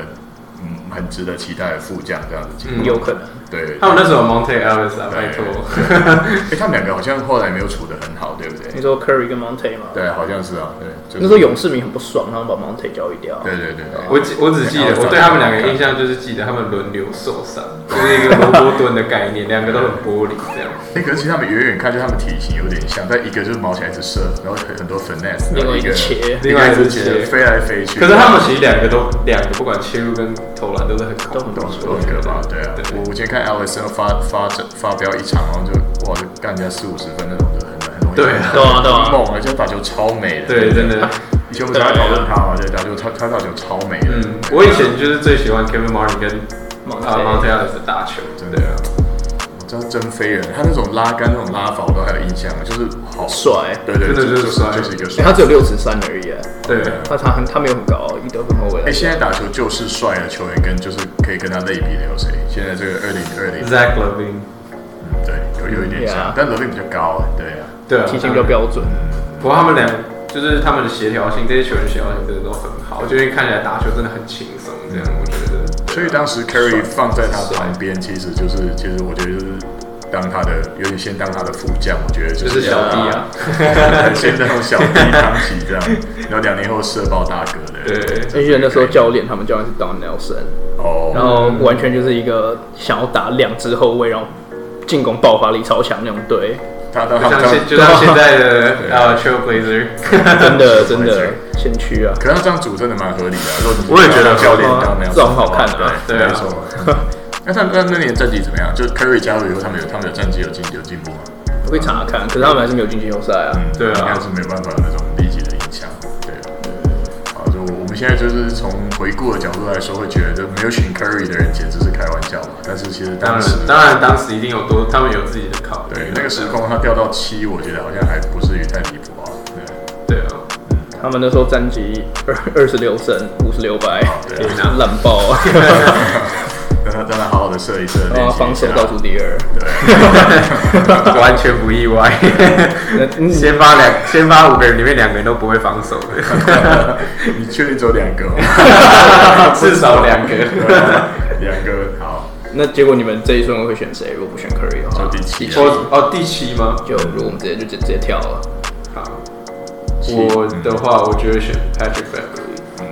S2: 嗯很值得期待的副将这样子进
S3: 嗯
S2: 入。
S1: 有可能，
S2: 对，
S3: 他们那时候有 Monte Ellis 啊，拜托，
S2: 哎，他们两个好像后来没有处得很好，对不对
S3: 嗯
S1: 你？说 Curry 跟 Monte 吗？
S2: 对，好像是啊，对。就是
S1: 那时候勇士迷很不爽，他们把 Monte 交易掉。
S2: 对对对对。
S3: 我只我只记得我对他们两个印象就是记得他们轮流受伤， 就是一个萝卜蹲的概念，两个都很玻璃这样。
S2: 哎、可是其实他们远远看，就他们体型有点像，但一个就是毛起来是射，然后很很多 finesse，
S1: 另
S2: 然后
S1: 外一
S2: 一
S1: 个
S2: 个
S1: 切
S3: 另外一个
S2: 个
S3: 切
S2: 飞来飞去。
S3: 可是他们其实两个都两个不管切入跟投篮都是很恐怖
S2: 都是
S3: 的，
S2: 都可怕，对啊。
S3: 对
S2: 我我今天看 Alisson 发发发飙一场，然后就哇，就干人家四五十分那种，就很很容易。
S3: 对啊
S1: 对啊对啊
S2: 很猛，而且他打球超美的。
S3: 对，真的。
S2: 以前我们常常讨论他嘛，对，打球他他打球超美的。
S3: 嗯，我以前就是最喜欢 Kevin Martin 跟啊
S1: Monte
S3: Monte Ellis 的打球，
S2: 真的
S3: 对啊，
S2: 我知道真飞人，他那种拉杆那种拉法我都还有印象，就是好
S1: 帅
S2: 对对，
S3: 真的
S2: 就
S3: 就是
S2: 是
S3: 帅
S2: 就是一个
S1: 欸
S2: 帅
S1: 他。只有六尺三而已啊，
S3: 对
S2: 对啊
S1: 他他很他没有很高，啊一得分后卫
S2: 哎、
S1: 来
S2: 现在打球就是帅的球员跟就是可以跟他类比的有谁？现在这个二零二零，
S3: ，Zach Levine，
S2: 对，有有一点像
S1: Yeah
S2: 但罗宾比较高，对啊，
S3: 对啊，
S1: 提前比较标准。
S3: 不过他们俩就是他们的协调性，这些球员协调性真的都很好，就是看起来打球真的很轻松，这样我觉得。对啊
S2: 所以当时 Curry 放在他旁边，其实就是其实我觉得就是当他的有点先当他的副将，我觉得就
S3: 就是是小弟啊，
S2: 先当小弟当起这样，然后两年后社爆大哥的，
S3: 对，
S1: 而且那时候教练，他们教练是 Don Nelson，
S2: 哦，
S1: 然后完全就是一个想要打两支后卫，然后进攻爆发力超强那种 队，
S2: 他他
S3: 就
S2: 他
S3: 像
S2: 们
S3: 现就像现在的呃 Trailblazer，
S1: 真的真
S2: 没
S1: 的
S2: 错
S1: 先驱啊。
S2: 可是他这样组真的蛮合理的、啊。如果你
S3: 我也觉得
S2: 教练
S1: 好
S2: 当那样
S1: 这种好看啊
S2: 对，
S3: 对啊
S2: 没错。 那他们那那年战绩怎么样？就是 Curry 加入以后，他们有他们有战绩有进有进步吗？
S1: 我可以查看，可是他们还是没有进季后赛啊。
S3: 对啊
S2: 应该是没办法有那种立即的影响。对啊，好，就我们现在就是从回顾的角度来说，会觉得就没有选 Curry 的人简直是开玩笑嘛。但是其实
S3: 当
S2: 当时
S3: 然当然当时一定有多，他们有自己的考虑，
S2: 对那个时空他掉到七，我觉得好像还不至于太离谱啊。对，
S3: 对啊，
S1: 他们那时候战绩二二十六胜五十六败
S2: 好，对
S1: 也
S2: 啊
S1: 是烂爆 啊，
S2: 让他让他好好的射一射，
S1: 然
S2: 练
S1: 后
S2: 习一
S1: 防守
S2: 下
S1: 倒数第二。
S3: 完全不意外，先发两先发五个人里面两个人都不会防守 的，
S2: 你确定只有两个吗？
S3: 至少两个。
S2: 两个好，
S1: 那结果你们这一顺位会选谁？如果不选 Curry 的话，
S2: 就第七
S1: 就
S3: 我哦，第七吗？
S1: 就如果我们直接就直直接跳了。
S3: 好，我的话，我就会选 Patrick Beverly。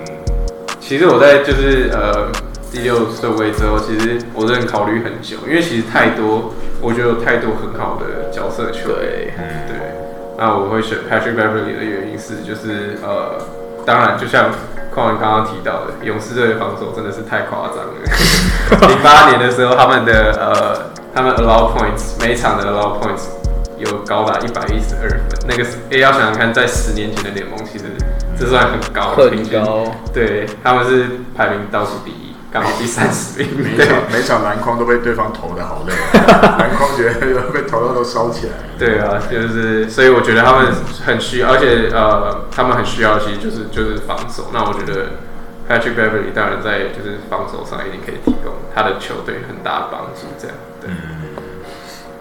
S3: 其实我在就是呃第六顺位之后，其实我认考虑很久，因为其实太多，我觉得有太多很好的角色球员。
S1: 对，
S3: 对，那我会选 Patrick Beverly 的原因是，就是呃，当然就像匡文刚刚提到的，勇士队的防守真的是太夸张了。零八年的时候，他们的呃，他们 allow points 每一场的 allow points 有高达一百一十二分，那个是也要想想看，在十年前的联盟，其实这算很高的
S1: 很
S3: 平均
S1: 高。
S3: 对，他们是排名倒数第一，刚好第三十名。
S2: 每一
S3: 对
S2: 场 每一场篮筐都被对方投的好累啊，篮筐觉得被投到都烧起来。
S3: 对啊，就是，所以我觉得他们很需要，而且呃，他们很需要，其实就是就是防守。那我觉得 Patrick Beverly 当然在就是防守上一定可以提供他的球队很大的帮助，这样对。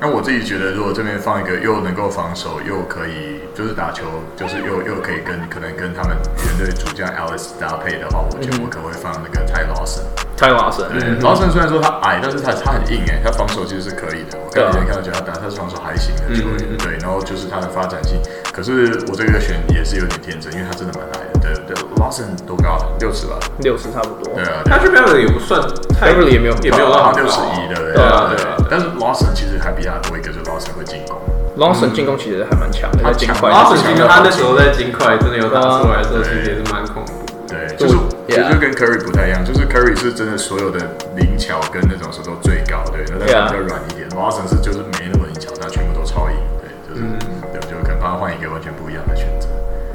S2: 那我自己觉得，如果这边放一个又能够防守，又可以就是打球，就是又又可以跟可能跟他们原队主将 Alice 搭配的话，我觉得我可能会放那个 Ty Lawson。
S1: 泰瓦森，
S3: 嗯
S2: 对，劳森虽然说他矮，但是他他很硬哎，他防守其实是可以的。我
S3: 啊
S2: 看以前看到觉得他打他是防守还行的
S3: 嗯
S2: 球员，对，然后就是他的发展性。可是我这个选也是有点天真，因为他真的蛮矮的。对对，劳森多高啊？六尺吧？
S1: 六十差不多
S2: 对。啊，对啊
S3: Patrick Beverly 也不算太
S1: Beverly 也没有很
S3: 也没有到
S2: 好像
S3: 很
S2: 六十
S3: 高
S2: 一，对不对？
S3: 对啊对啊对啊
S2: 但是劳森其实还比他多一个，就是劳森会进攻。
S1: Lawson 进攻其实还蛮强的，
S2: 他
S1: 在金块
S2: 强
S3: 阿
S2: 啊
S1: 嗯
S3: 神
S1: 进攻
S3: 金哥他那时候在金块真的有打出来的时候，
S2: 啊
S3: 其实也是蛮恐怖的。
S2: 对，就是其
S1: Yeah
S2: 实就跟 Curry 不太一样，就是 Curry 是真的所有的灵巧跟那种什么都最高，对，那他
S1: Yeah
S2: 比较软一点。劳森是就是没那么灵巧，他全部都超硬，对，就是
S1: 嗯
S2: 对，就可能帮他换一个完全不一样的选择。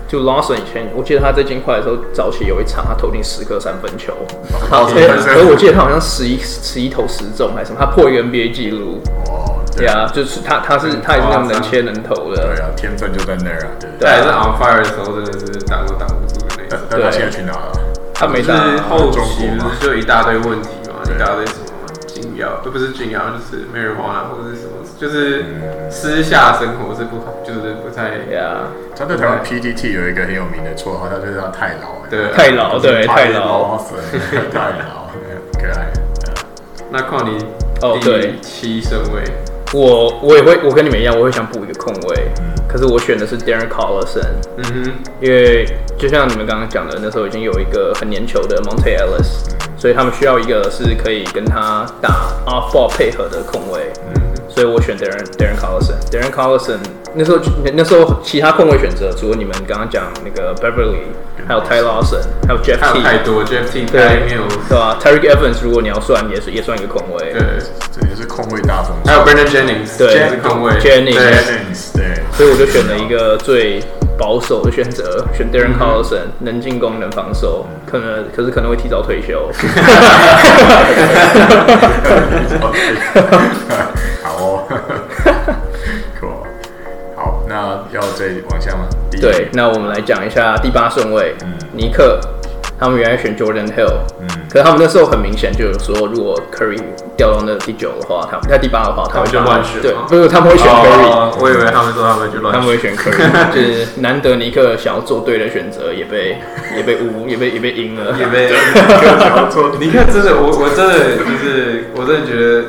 S1: 就 Lawson 以前，我记得他在金块的时候，早期有一场他投进十颗三分球，
S2: 哦
S1: 而
S2: 真的是
S1: 而我记得他好像十一十一投十中还是什么，他破一个 NBA 记录。
S2: 哦，
S1: 对啊，就是他他
S3: 嗯
S1: 是他也是那种能切能投
S2: 对
S1: 的。
S2: 啊，天分就在那儿啊，对
S1: 对
S2: 对。
S3: 他也是 on fire 的时候，真的是挡都挡不住的那
S2: 但
S3: 种。
S2: 但他现在去哪了？
S1: 他没
S3: 就
S1: 打
S3: 是
S1: 啊，
S3: 后期不是就一大堆问题嘛，一大堆什么禁药，都不是禁药，就是 marijuana 或者是什么，就是
S1: 嗯
S3: 私下生活是不好，就是不太
S1: 对啊，
S2: 他在台湾 PDT 有一个很有名的绰号，他就叫太老，
S3: 对
S1: 太老对太老。
S2: 老，太老，可爱。啊
S3: 那靠你
S1: 哦
S3: 第
S1: 对
S3: 七顺位，
S1: 我我也会，我跟你们一样，我会想补一个空位，可是我选的是 Darren Collison，
S3: 嗯哼，
S1: 因为就像你们刚刚讲的，那时候已经有一个很粘球的 Monte Ellis，所以他们需要一个是可以跟他打 off ball 配合的控卫，
S3: 嗯
S1: 所以我选 Darren Darren Collison。Darren Collison 那时候那时候其他控卫选择，除了你们刚刚讲那个 Beverly，还有 Ty Lawson，还有 Jeff
S3: 还有太
S1: T，
S3: 多 Jeff T
S1: 对
S3: Guy Mills，
S1: 对吧？Terry Evans 如果你要算也是也算一个控卫，
S3: 对，
S2: 这也是控卫大风
S3: 还有 Brandon Jennings，
S1: 对
S3: 也是控卫
S1: Jennings
S3: 对
S2: Jennings，对，
S1: 所以我就选了一个最保守的选择，选
S3: 嗯
S1: Darren Collison，、能进攻能防守，可能可是可能会提早退休。
S2: 好哦，cool，好，那要再往下吗？第一
S1: 对，，那我们来讲一下第八顺位，
S3: 嗯
S1: 尼克，他们原来选 Jordan Hill，可是
S2: 嗯
S1: 他们那时候很明显就有说，如果 Curry 掉到那第九的话，他们在第八的话，他
S3: 们
S1: 们
S3: 就乱选
S1: 对
S3: 吗，
S1: 不是他们会选 Curry，、
S3: 哦我以为他们说他们就乱
S1: 他们
S3: 选。
S1: 会选 Curry，就是难得尼克想要做对的选择，也被也被污，也被也被赢了，
S3: 也被尼克真的，我我真的就是，我真的觉得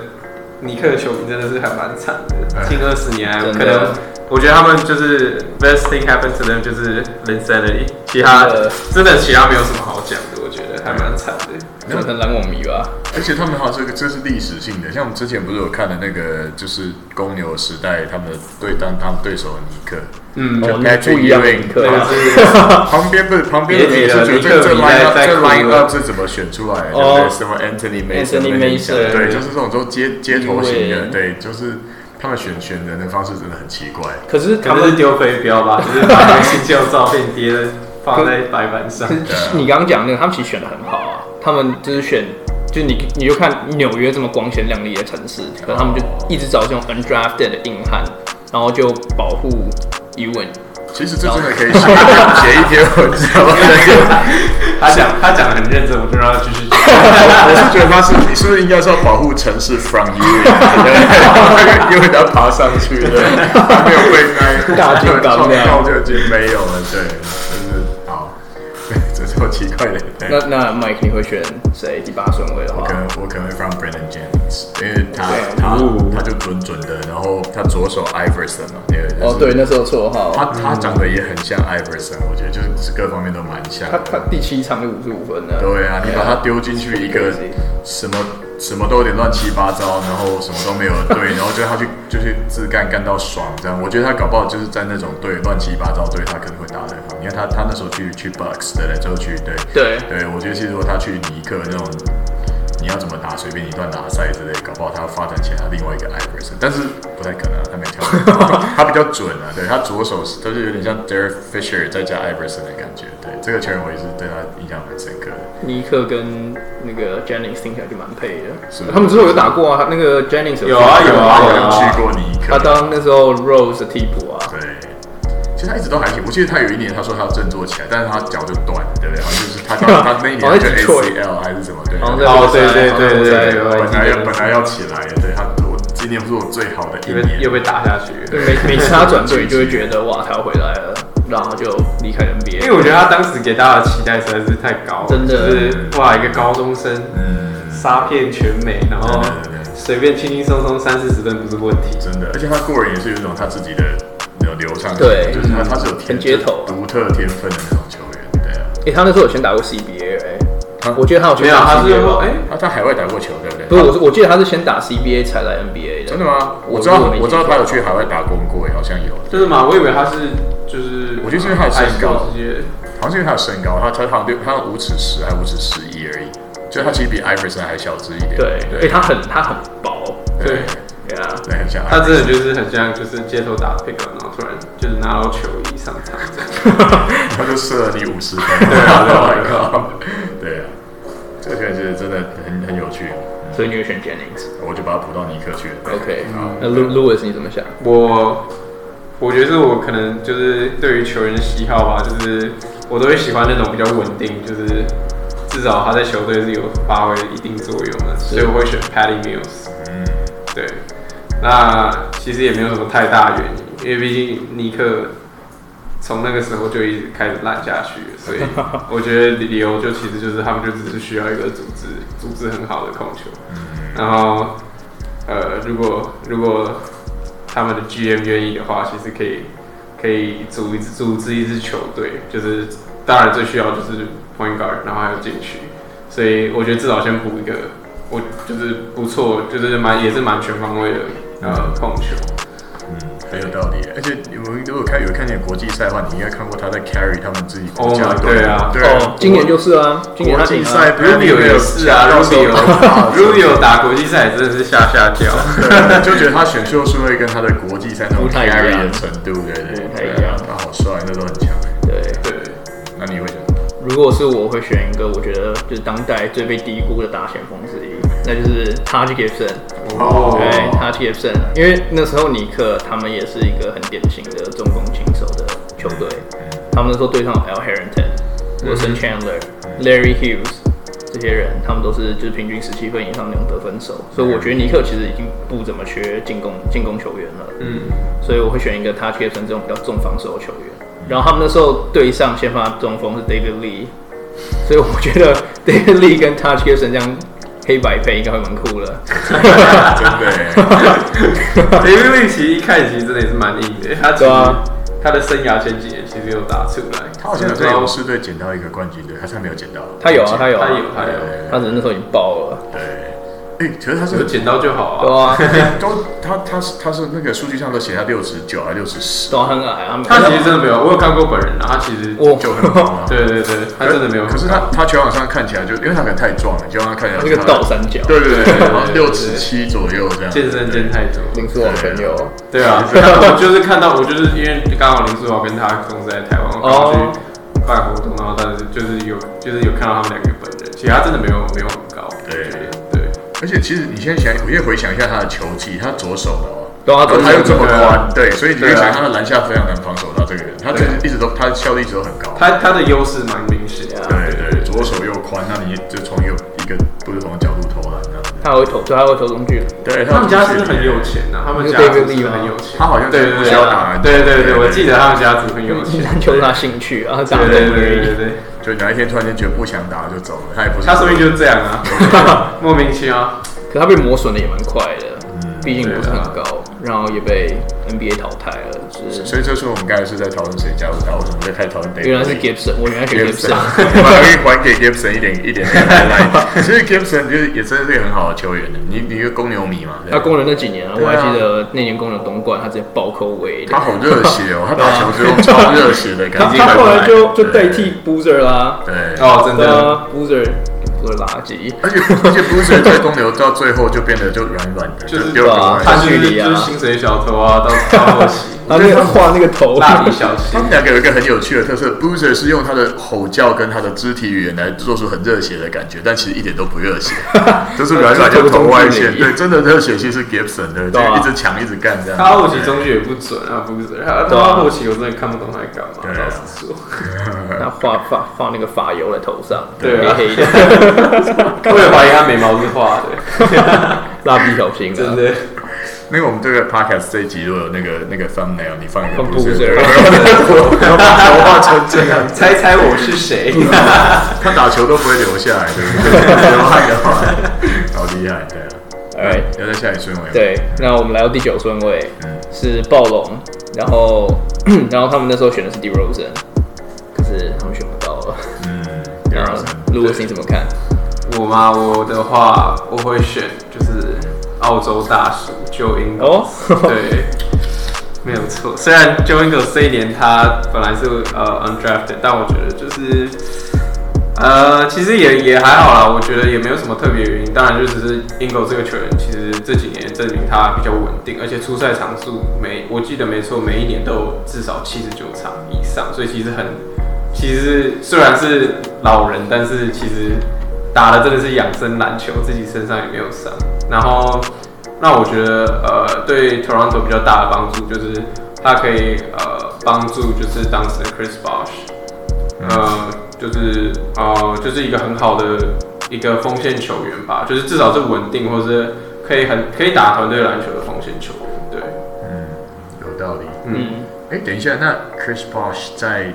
S3: 尼克的球迷真的是还蛮惨的。近二十年来
S1: 真的
S3: 可能，我觉得他们就是 best thing happened to them 就是 insanity，其他
S1: 真的
S3: 真的其他没有什么好讲的，我觉得还蛮惨的。
S1: 可能篮网迷吧。
S2: 而且他们还有这个，这是历史性的。像我们之前不是有看的那个，就是公牛时代他们的对当他们对手的尼克，
S3: 嗯，
S2: 就
S1: 哦
S2: Patrick
S1: 不一样
S2: Ewing，
S1: 尼克
S3: 那个
S1: 啊
S3: 是
S2: 旁边不是旁边的
S3: 别
S2: 也
S3: 提
S2: 是
S3: 了
S2: 觉得
S3: 尼克
S2: 这这
S3: 米
S2: line
S3: 奈
S2: up
S3: 在
S2: 这
S3: 哭
S2: line
S3: 了
S2: up 是怎么选出来的？
S1: 哦
S2: 对，什么 Anthony Mason
S1: Anthony
S2: 那一项
S1: Mason
S2: 对，就是这种都街街头型的，
S1: Ewing
S2: 对，就是他们选选人的方式真的很奇怪。
S1: 可是
S3: 可
S1: 他
S3: 能
S1: 们
S3: 是丢飞镖吧，就是把明星旧照片贴的放在白板上。
S1: 你刚刚讲那个，他们其实选的很好啊，他们就是选，就你你就看纽约这么光鲜亮丽的城市，可他们就一直找这种 undrafted 的硬汉，然后就保护 Ewan。
S2: 其实这真的可以写写一篇文章，
S3: 他讲他讲的很认真，我就让他继续讲。
S2: 我是觉得他是你是不是应该是要保护城市 from you，对 因为他爬上去的，他没有被那
S1: 大金刚
S2: 创
S1: 这样
S2: 造就已经没有了，对，就是好， 对，这是我奇怪的。对
S1: 那那 Mike 你会选谁？第八顺位的话
S2: 我可，能我可能会放 Brandon Jennings，因为他
S1: 对嗯
S2: 他
S3: 哦
S2: 他就准准的，然后他左手 Iverson 嘛，那个就是
S1: 哦对，那时候绰
S2: 他
S1: 号，
S2: 他长得也很像 Iverson，我觉得就是各方面都蛮像
S1: 他
S2: 的。
S1: 他第七场就五十五分了。
S2: 对啊，你把他丢进去一个什么什么都有点乱七八糟，然后什么都没有 对，然后就他去就是自干干到爽这样。我觉得他搞不好就是在那种队乱七八糟队，他可能会打得很好。你看他他那时候去去 Bucks 对不对，之后去对
S1: 对
S2: 对，我觉得其实如果他去尼克那种。你要怎么打，随便你乱打赛之类，搞不好他发展起来他另外一个 Iverson，但是不太可能、啊，他没跳得 高，他比较准啊，对他左手是都是有点像 Derek Fisher 再加 Iverson 的感觉，对这个球员我也是对他印象蛮深刻的。
S1: 尼克跟那个 Jennings 听起来就蛮配的。
S2: 是
S1: 他们之后有打过啊，那个 Jennings
S3: 有啊有啊
S2: 有去过尼克，
S1: 他当那时候 Rose 的替补啊。
S2: 对，其实他一直都还行。我记得他有一年他说他要振作起来，但是他脚就断，对不对？好像就是他他那一年
S1: 好像
S2: 就是
S1: Detroit
S2: ACL 还是什么，对。
S1: 好像
S2: 然后
S3: 哦，对对对对对，
S2: 本
S3: 我还
S2: 来
S3: 记
S2: 要
S3: 得
S2: 本来要起来，对他我今年不是我最好的一
S3: 又被又
S2: 年，
S3: 被打下去了。
S1: 对，每每次他转队，就会觉得哇，他要回来了，然后就离开
S3: 因
S1: NBA
S3: 为。我觉得他当时给大家的期待实在是太高了，
S1: 真的
S3: 就是哇，一个高中生
S2: 嗯，
S3: 杀遍全美，然后
S2: 对
S1: 嗯
S2: 对对对
S3: 随便轻轻松松三四十分不是问题。
S2: 真的，而且他个人也是有一种他自己的那种流畅性，
S1: 对
S2: 就是他他是有天
S1: 很街头
S2: 独特天分的那种球员，对啊。
S1: 诶，他那时候有先打过 CBA，哎、我记得他有
S3: 没
S1: 先
S3: 有，
S1: 打
S3: 他是
S1: CBA
S3: 说
S1: 吧。
S3: 哎，
S2: 他在海外打过球，对不对？
S1: 不是，我是我记得他是先打 CBA 才来 NBA 的。
S2: 真的吗？
S1: 我
S2: 我知道
S1: 我没，记
S2: 我知道
S1: 错
S2: 他有去海外打工过，好像有。
S3: 真的吗？我以为他是就是，
S2: 我觉得是因为他有身高
S3: 世界
S2: 好像是因为他的身高，他他好像六，他好像五尺十还五尺十一而已，就他其实比艾弗森还小只一点。
S1: 对，哎、
S2: 对，
S1: 他很他很薄，
S2: 对
S3: 对，
S1: 对啊，
S2: 对，很像艾
S3: 他
S2: 弗
S3: 真的就是很像就是街头打 pick，然后突然就是拿到球衣上场这样。
S2: 森， 他就射了你五十分。对啊，对啊，对啊，这个球员其实真的很很有趣，
S1: 所以你会选 Jennings。
S2: 我就把他补到尼克去了。
S1: OK，
S2: 好
S1: 那 Lu Lewis 你怎么想？
S3: 我我觉得是我可能就是对于球员的喜好吧，就是我都会喜欢那种比较稳定，就是至少他在球队是有发挥一定作用的，所以我会选 Patty Mills。
S2: 嗯，
S3: 对，那其实也没有什么太大原因，因为毕竟尼克从那个时候就一直开始烂下去了，所以我觉得理由就其实就是他们就只是需要一个组织，组织很好的控球，然后呃，如果如果他们的 GM 愿意的话，其实可以可以组一支组织一支球队，就是当然最需要就是 point guard，然后还有禁区，所以我觉得至少先补一个，我就是不错，就是蛮也是蛮全方位的呃控球。
S2: 嗯，很有道理。而且你们如果看有看见国际赛的话，你应该看过他在 carry 他们自己国家
S3: Oh my-
S2: 队
S3: 对啊
S2: 对
S1: 哦，今年就是啊，今年
S2: 国
S1: 他
S2: 际
S1: 挺
S2: 赛
S3: Rubio 也是啊，Rubio Rubio 打国际赛也真的是下下 叫，
S2: 对就觉得他选秀顺位跟他的国际赛那种
S1: 不太一样
S2: carry 的程度，对对对，
S1: 不太一样
S2: 他好帅，那时候很强哎。
S1: 对。
S3: 对，
S2: 那你会选什么？
S1: 如果是我会选一个，我觉得就是当代最被低估的大前锋之一，那就是 Taj Gibson。
S2: 哦
S1: 对，Taj Gibson，因为那时候尼克他们也是一个很典型的重攻轻守的球队，
S3: 嗯
S1: 他们那时候对上有 Al Harrington、Wilson Chandler、Larry Hughes 这些人，他们都是就是平均十七分以上那种得分手，所以我觉得尼克其实已经不怎么缺进攻进攻球员了。
S3: 嗯，
S1: 所以我会选一个 t a c h e 这种比较重防守的球员。然后他们那时候对上先发中锋是 David Lee，所以我觉得 David Lee 跟 t a c h e 这样黑白配应该会蛮酷的。
S2: 真的欸，
S3: 因为其实一开始其实真的也是蛮硬的，他其
S1: 对
S3: 实
S1: 啊
S3: 他的生涯前几年其实有打出来，
S2: 他好像
S3: 只
S2: 在勇
S3: 要
S2: 士队捡到一个冠军队，他现在没有捡到。
S1: 他有啊，他有啊，
S3: 他有他有
S1: 他只是那时候已经爆了。
S2: 对，哎，可是他
S3: 有
S2: 是
S3: 捡到就好啊
S1: 对。啊，
S2: 都他他是他是那个数据上都写他六十九还六十十，
S1: 都很矮，他们
S3: 他其实真的没有，我有看过本人啊，他其实
S1: 我
S2: 就很高啊。
S3: 对对对，他真的没有。
S2: 可是他他球场上看起来就因为他可能太壮了，球场上看起来
S1: 这个
S2: 就
S1: 倒三角，
S2: 对对对对，然后六尺七左右这样。
S3: 健身健太多。
S1: 林书豪朋友，
S3: 对啊，我就是看到，我就是因为刚好林书豪跟他公司在台湾，我刚好
S1: 哦
S3: 去办活动，然后但是就是有就是有看到他们两个本人，其实他真的没有没有很高。
S2: 对
S3: 我觉得对，
S2: 而且其实你现在想，我现在回想一下他的球技，他左手的哦，
S1: 对啊
S2: 然后他又这么
S3: 左手的
S2: 宽，对，所以你会
S3: 对啊
S2: 想他的篮下非常难防守到这个人，他就是一直都他效率一直都很高。
S3: 他他的优势蛮明显的。
S1: 啊
S2: 对对对，左手又宽，那你就从有一个不同的角度投篮这样子。
S1: 他还会投，对，他会投中距离。
S2: 对，啊
S3: 他们家是很有，钱啊的，他们家族是很有钱。
S2: 他好像
S3: 对
S2: 是
S3: 对
S2: 不
S3: 对
S2: 需要打篮球
S3: 对对对，我记得他们家族很有钱。
S1: 篮球是他兴趣，然后啊打
S3: 对
S1: 中
S3: 对对
S1: 距
S3: 对
S1: 离。
S3: 对，
S2: 就哪一天突然间觉得不想打就走了，他也不是
S3: 他说不定就是这样啊，莫名其妙。
S1: 可他被磨损的也蛮快的，毕竟不是很高，然后也被 NBA 淘汰了，就是
S2: 所以这是我们刚才是在讨论谁加入他，为什么在开始讨论 David Lee？
S1: 原来是 Gibson，我原来选
S2: Gibson，
S1: Gibson，
S2: 我可以还给 Gibson 一点一点 highlight。其实 Gibson 就是也真的是一个很好的球员的，你你一个公牛迷嘛，对
S1: 他工人那几年啊，
S2: 对
S1: 我
S2: 啊
S1: 还记得那年工人东冠，他直接暴扣围的
S2: 他，好热血哦，他打球是用超热血的
S1: 他
S2: 感觉。
S1: 他后来就就代替 Boozer 啦，
S2: 对，对
S3: 哦，真
S1: 对
S3: 的。
S1: 啊，Boozer Boozer 垃圾，
S2: 而且而且 Boozer 在公牛到最后就变得就软软的，
S3: 就是
S2: 丢给
S1: 对啊
S2: 我
S3: 他
S2: 们
S3: 就是
S1: 距离啊
S3: 就是薪水小偷啊，到到后期，
S1: 然后那个画那个头，
S3: 蜡笔小
S2: 他
S3: 新
S2: 们两个有一个很有趣的特色，Boozer 是用他的吼叫跟他的肢体语言来做出很热血的感觉，但其实一点都不热血，就是软软的头外线。对，真的热血其实是 Gibson 的，就
S1: 对啊
S2: 一直抢一直干这样。
S3: 他后期中距也不准啊，不准。他
S1: 对啊
S3: 他后期我真的看不懂他在干嘛，
S2: 对啊
S3: 老实说。
S1: 他画画画那个发油在头上，
S3: 对
S1: 黑
S3: 啊
S1: 黑的
S3: 我也怀疑他眉毛是画的，
S1: 蜡笔小新啊
S3: 真
S1: 的，
S3: 的。
S2: 那个我们这个 podcast 这一集如果有那个那个 thumbnail，你放一个
S1: 放 Boozer
S2: Boozer，然后把头画成这样，
S3: 猜猜我是谁？
S2: 他打球都不会留下来，对不对？流汗的话，好厉害，对啊。
S1: Alright
S2: 要在下一顺位吗，
S1: 对，那我们来到第九顺位
S2: 嗯
S1: 是暴龙，然后 然后他们那时候选的是 d e r o s e n 可是他们选不到了。
S2: 嗯，
S1: 然后
S2: Garrison
S1: 如果你怎么看？
S3: 我吗？我的话，我会选就是澳洲大叔 Joe Ingles。
S1: 哦
S3: 对，没有错。虽然 Joe Ingles 这一年他本来是呃 undrafted，但我觉得就是呃，其实也也还好啦。我觉得也没有什么特别原因。当然，就只是 Ingles 这个球员，其实这几年证明他比较稳定，而且出赛场数每我记得没错，每一年都有至少七十九场以上，所以其实很。其实虽然是老人，但是其实打的真的是养生篮球，自己身上也没有伤。然后，那我觉得呃，对 Toronto 比较大的帮助就是他可以呃帮助就是当时的 Chris Bosh，呃，就是呃就是一个很好的一个锋线球员吧，就是至少是稳定或是可以很可以打团队篮球的锋线球员。对，
S2: 有道理。
S1: 嗯，
S2: 哎，等一下，那 Chris Bosh 在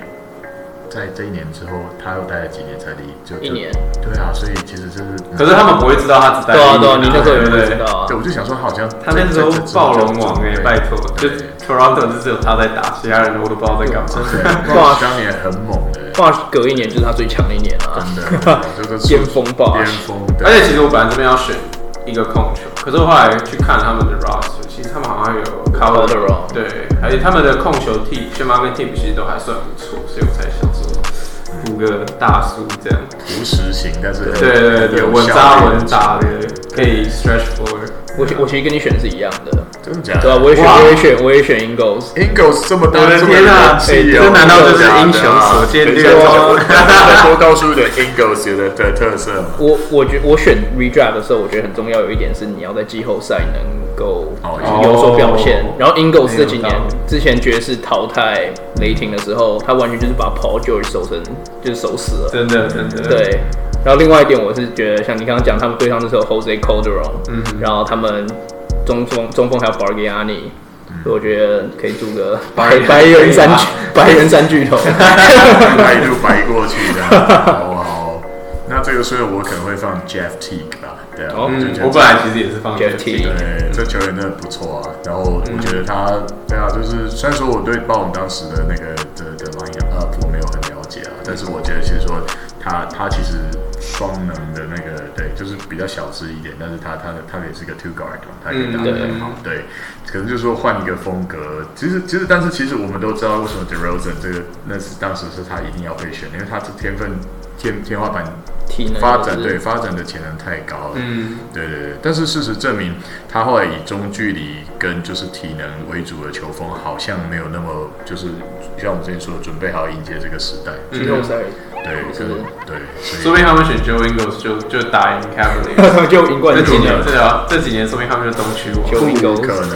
S2: 在这一年之后，他又待了几年才离？就
S1: 一年。
S2: 就对啊，所以其实就是。
S3: 可是他们不会知道他只在
S1: 对啊
S3: 一
S1: 对啊，
S3: 年
S1: 你那时候也
S3: 对
S1: 不
S3: 不对
S1: 知道啊
S2: 对，。我就想说，他好像
S3: 他那时候暴龙王哎、拜 托，就
S2: 对
S3: Toronto 就只有他在打，其他人我都不知道在干嘛。
S2: 真的，Bosh 当年很猛的，
S1: 哇，隔一年就是他最强的一年啊，
S2: 真的， 就是
S1: 巅峰爆
S2: 巅峰，
S3: 而
S2: 对，
S3: 且其实我本来这边要选一个控球，可是我后来去看他们的 roster，其实他们好像有 cover
S1: Calderon
S3: 对，而且他们的控球 t 先发跟 t 其实都还算不错，所以我才想说补个大叔这样。
S2: 无实型，但是很
S3: 对对对，
S2: 有
S3: 稳
S2: 效
S3: 扎
S2: 率
S3: 稳打的，可以 stretch forward。
S1: 我其我其实跟你选的是一样的，
S2: 真的假的？
S1: 对吧？啊我也选，
S3: 哇
S1: 我也选，我也选 Ingles。
S2: Ingles 这么大，
S3: 啊我的
S2: 这么
S3: 天啊
S2: 人气
S3: 哎
S2: 哦
S3: 这难道就是
S2: 真的假的啊
S3: 英雄所见
S2: 等一
S3: 略
S2: 下
S3: 同
S2: 我 再多告诉你的 Ingles 的的特色吗？
S1: 我我觉我选 redraft 的时候，我觉得很重要有一点是你要在季后赛能够
S2: 哦
S1: 有所表现
S3: 哦。
S1: 然后 Ingles 这几
S3: 没
S1: 年
S3: 有道
S1: 之前爵士淘汰雷霆的时候，他完全就是把 Paul George 守成就是守死了。
S3: 真的真的。
S1: 对。然后另外一点，我是觉得像你刚刚讲，他们对上那时候 Jose Calderon，嗯，然后他们中锋中锋还有 Bargiani，、所以我觉得可以组个白
S3: 人
S1: 白人三
S3: 可以
S1: 巨
S3: 吧
S1: 白人三巨头。
S2: 白一路白过去的，好不好？那这个所以我可能会放 Jeff Teague 吧，对啊，就
S3: 嗯
S2: 觉，得
S3: 我本来其实也是放
S1: Jeff
S3: T，
S1: Teague
S2: 对，这球员真的不错啊。然后我觉得他，对啊，就是虽然说我对暴龙当时的那个的的 line up 呃我没有很了解啊，但是我觉得其实说他他其实双能的那个，对，就是比较小只一点，但是他他的他也是个 two guard 嘛，他可以打得很好，对。可能就是说换一个风格，其实其实但是其实我们都知道为什么 DeRozan 这个那是当时是他一定要被选，因为他这天分天天花板
S1: 体能
S2: 发展
S1: 就是
S2: 对发展的潜能太高了，
S3: 嗯，
S2: 对对对，但是事实证明，他后来以中距离跟就是体能为主的球风，好像没有那么就是像我们之前说的，准备好迎接这个时代。
S1: 季后赛，
S2: 对，
S1: 是
S2: 可能对，所以
S3: 说不定他们选 Joe Ingles 就就打赢 Cavaliers。
S1: 就赢冠
S3: 这几
S1: 军
S3: 年
S1: 了。，
S3: 这条这几年说明他们是东区
S1: 球
S3: 王。
S1: 迷
S2: 不
S1: 狗，
S2: 可能。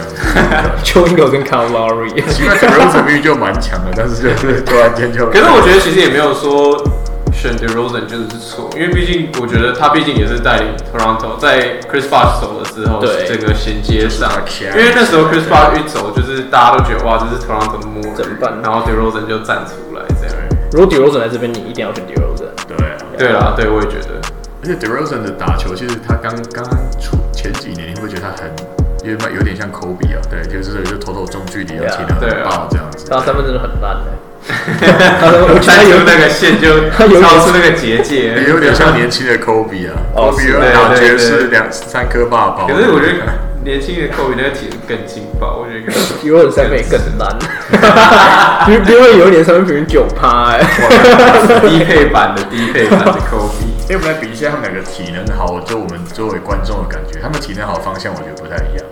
S1: 球迷狗跟 c a l a r i
S2: 奇怪，整个 r o 命就蛮强的，但是就是突然间就
S3: 可是我觉得其实也没有说选 DeRozan 就是错，因为毕竟我觉得他毕竟也是带领 Toronto 在 Chris Bosh 走了之后，
S1: 对
S3: 整个衔接上
S2: 就是他，
S3: 因为那时候 Chris Bosh 一走，就是大家都觉得哇，这是 Toronto 的末日
S1: 怎么办
S3: 然后 DeRozan 就站出来这样。
S1: 如果 DeRozan 来这边，你一定要选 DeRozan。
S2: 对对啊。
S3: 对啦，对我也觉得，
S2: 而且 DeRozan 的打球，其实他刚刚出前几年，你会觉得他很有点有点像科比啊，对，就是就投投中距离，然后体能
S3: 对
S2: 很
S3: 啊
S2: 爆这样子。
S1: 他三分真的很烂 的，他的我觉
S3: 他
S1: 得
S3: 有
S1: 有
S3: 那个线就
S1: 他有
S3: 超出那个结界，
S2: 也哎有点像年轻的科比啊，
S1: 哦
S2: 科比
S1: 是
S2: 要打
S3: 对对
S2: 爵
S3: 对
S2: 士两三颗霸包。
S3: 可是我觉得年轻的 Kobe 那个体能更劲爆，我觉得。
S1: DeRozan 三分也更 烂。DeRozan 有一年三分平均九趴，哎，
S3: 低配版的低配版的 Kobe。
S2: 哎，我们来比一下他们两个体能好，就我们作为观众的感觉，他们体能好的方向我觉得不太一样。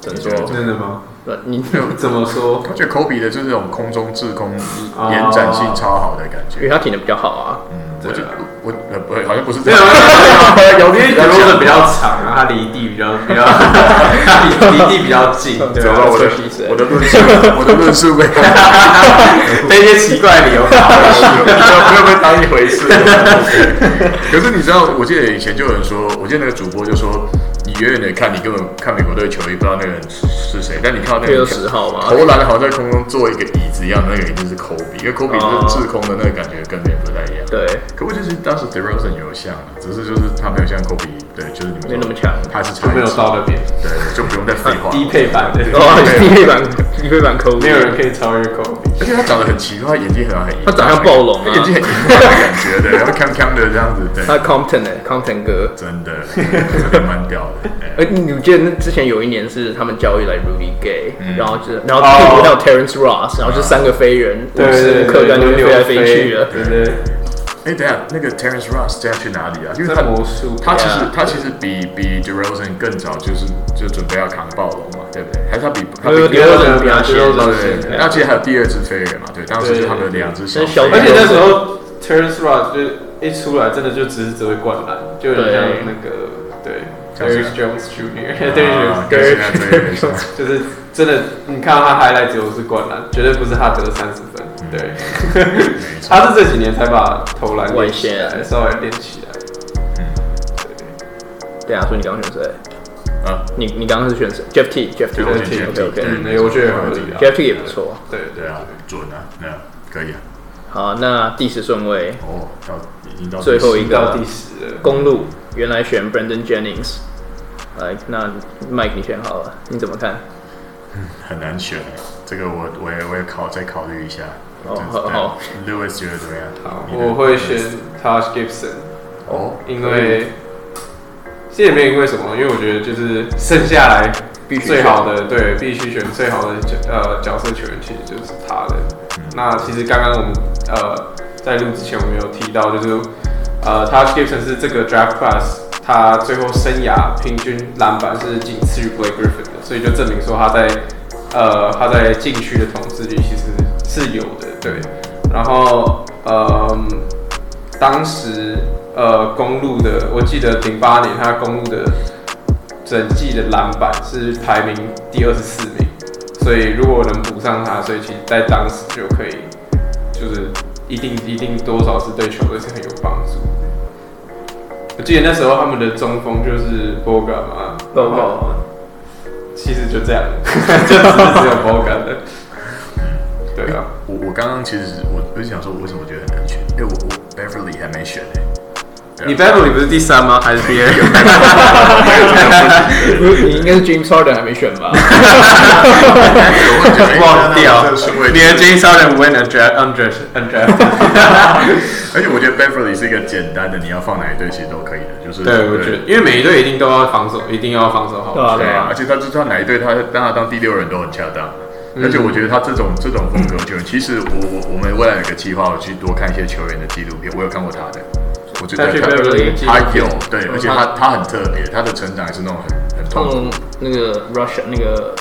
S1: 怎么说？
S3: 真的吗？
S1: 对你
S3: 怎么说？
S2: 我觉得科比的就是那种空中制空
S3: 啊
S2: 延展性超好的感
S1: 因为
S2: 觉。
S1: 他挺的比较好啊。
S2: 嗯，
S3: 对
S2: 我就
S3: 啊
S2: 我呃不好像不是这
S3: 没有
S2: 样，
S3: 没有，有
S2: 点
S3: 因为 德罗的比较长啊，他离地比较比较，他离离地比较近，对
S2: 走
S3: 吧？
S2: 到 我的
S1: 这个意思
S2: 我的论述，我的论 述被当
S3: 被一些奇怪的理由打 回去。
S2: 不要被当一回事。可是你知道，我记得以前就有人说，我记得那个主播就说，你远远的看，你根本看美国队球衣不知道那个人是谁，但你看到那个
S1: 六
S2: 人
S1: 十号嘛，
S2: 投篮好像在空中做一个椅子一样，那个一定是科比，因为科比
S1: 哦
S2: 是滞空的那个感觉跟别人不太一样。
S1: 对，
S2: 可我就是当时 DeRozan 有像，啊只是就是他没有像科比，对，就是你们说
S1: 没那么强
S2: 他是差
S3: 就
S2: 一
S3: 没有
S2: 级
S3: 到那边，
S2: 对，就不用再废
S1: 啊
S2: 话。
S3: 低配版的，
S1: 哦，低配版低配版科比，
S3: 没有人可以超越 Kobe。
S2: 而且他长得很奇怪，眼睛很很
S1: 他长相暴龙啊
S2: 他眼睛很银的感觉的，然后康康的这样子，对，
S1: 他 Compton 哎、Compton 哥。
S2: 真的真的蛮屌的。对
S1: 呃，你记得那之前有一年是他们交易来 Rudy Gay，、
S2: 嗯
S1: 然后就是然后
S3: 哦
S1: 替补到 Terrence Ross，然后就三个飞人，无时无刻在那边飞来飞去的。
S3: 对对，
S2: 哎，等一下，那个 Terrence Ross 现在去哪里啊？因为他
S3: 在魔术，
S2: 他其实
S1: Yeah
S2: 他其实比比 DeRozan 更早，就是就准备要扛暴龙嘛，对不对？还是他比他比
S1: 没有 DeRozan 比他先
S3: 对对
S2: 对，对那其实还有第二只飞人嘛，对，当时就他们的两只小
S1: 对对对
S2: 飞
S3: 而
S2: 人
S3: 且那时候 Terrence Ross 就一出来，真的就只是只会灌篮，就很像那个对 Derrick Jones Jr.
S2: 啊
S3: Derrick
S2: 跟现在这个像
S3: 就是真的，你看到他 highlight 只有是灌篮，绝对不是他得三十分。对，
S2: 没错
S3: 他是这几年才把投篮练起来，
S1: 外线
S3: 稍微练起来。
S1: 对啊，所以你刚刚选谁？
S2: 啊，
S1: 你你刚刚是选谁？Jeff T，Jeff T，
S2: 对我
S3: 对
S2: 选 Jeff T，
S1: OK，OK
S2: 对
S3: 嗯我觉得也合理啊
S1: Jeff T 也不错。
S3: 对对
S2: 对啊，准啊，那可以啊，
S1: 好，那第十顺位
S2: 哦，到已经到
S1: 最后一
S3: 对，
S1: 个
S3: 到第十了。
S1: 公路，原来选 Brandon Jennings。来，那 Mike 你选好了，你怎么看？
S2: 很难选，这个我我也我也考再考虑一下。
S1: 哦
S2: 这
S1: 好好
S2: 对，Lewis 觉得怎么样？
S3: 好，
S2: 你呢
S3: 我会选 Taj Gibson，
S2: 哦，
S3: 因为这也没有因为什么，因为我觉得就是剩下来
S1: 必须选
S3: 最好的，对，必须选最好的角呃角色球员，其实就是他的。那其实刚刚我们呃在录之前，我们有提到，就是呃 Taj Gibson 是这个 draft class。他最后生涯平均篮板是仅次于 Blake Griffin 的，所以就证明说他在呃他在禁区的统治力其实是有的，对。然后呃，当时呃公路的，我记得零八年他公路的整季的篮板是排名第二十四名，所以如果能补上他，所以其实在当时就可以，就是一定一定多少是对球队是很有帮助。我记得那时候他们的中锋就是 Boga 嘛
S1: Boga
S3: 然后其实就这样， 就只是只有 Boga 的，对啊，
S2: 我我刚刚其实我我就想说，我为什么觉得很难选？因为我我 Beverly 还没选呢。对啊
S3: 你 Beverly 不是第三吗？还是 第二？
S1: 你你应该是 James Harden 还没选吧？
S2: 我会觉得
S3: 忘掉
S2: 这个顺位
S3: 你的 James Harden win a draft undraft undraft，
S2: 而且我觉得 Beverly 是一个简单的，你要放哪一队其实都可以的，就是
S3: 对，我觉得，因为每一队一定都要防守，一定要防守好。
S1: 对啊
S2: 对啊，而且他知道哪一队他让他当第六人都很恰当。而且我觉得他这种这种风格球员，其实我我我们未来有个计划，我去多看一些球员的纪录片，我有看过他的，我觉得
S3: 再去
S2: 他
S3: Beverly
S2: 他有对，而且他
S1: 他
S2: 他很特别，他的成长也是那种很很痛
S1: 从
S2: 苦
S1: 那个 Russia 那个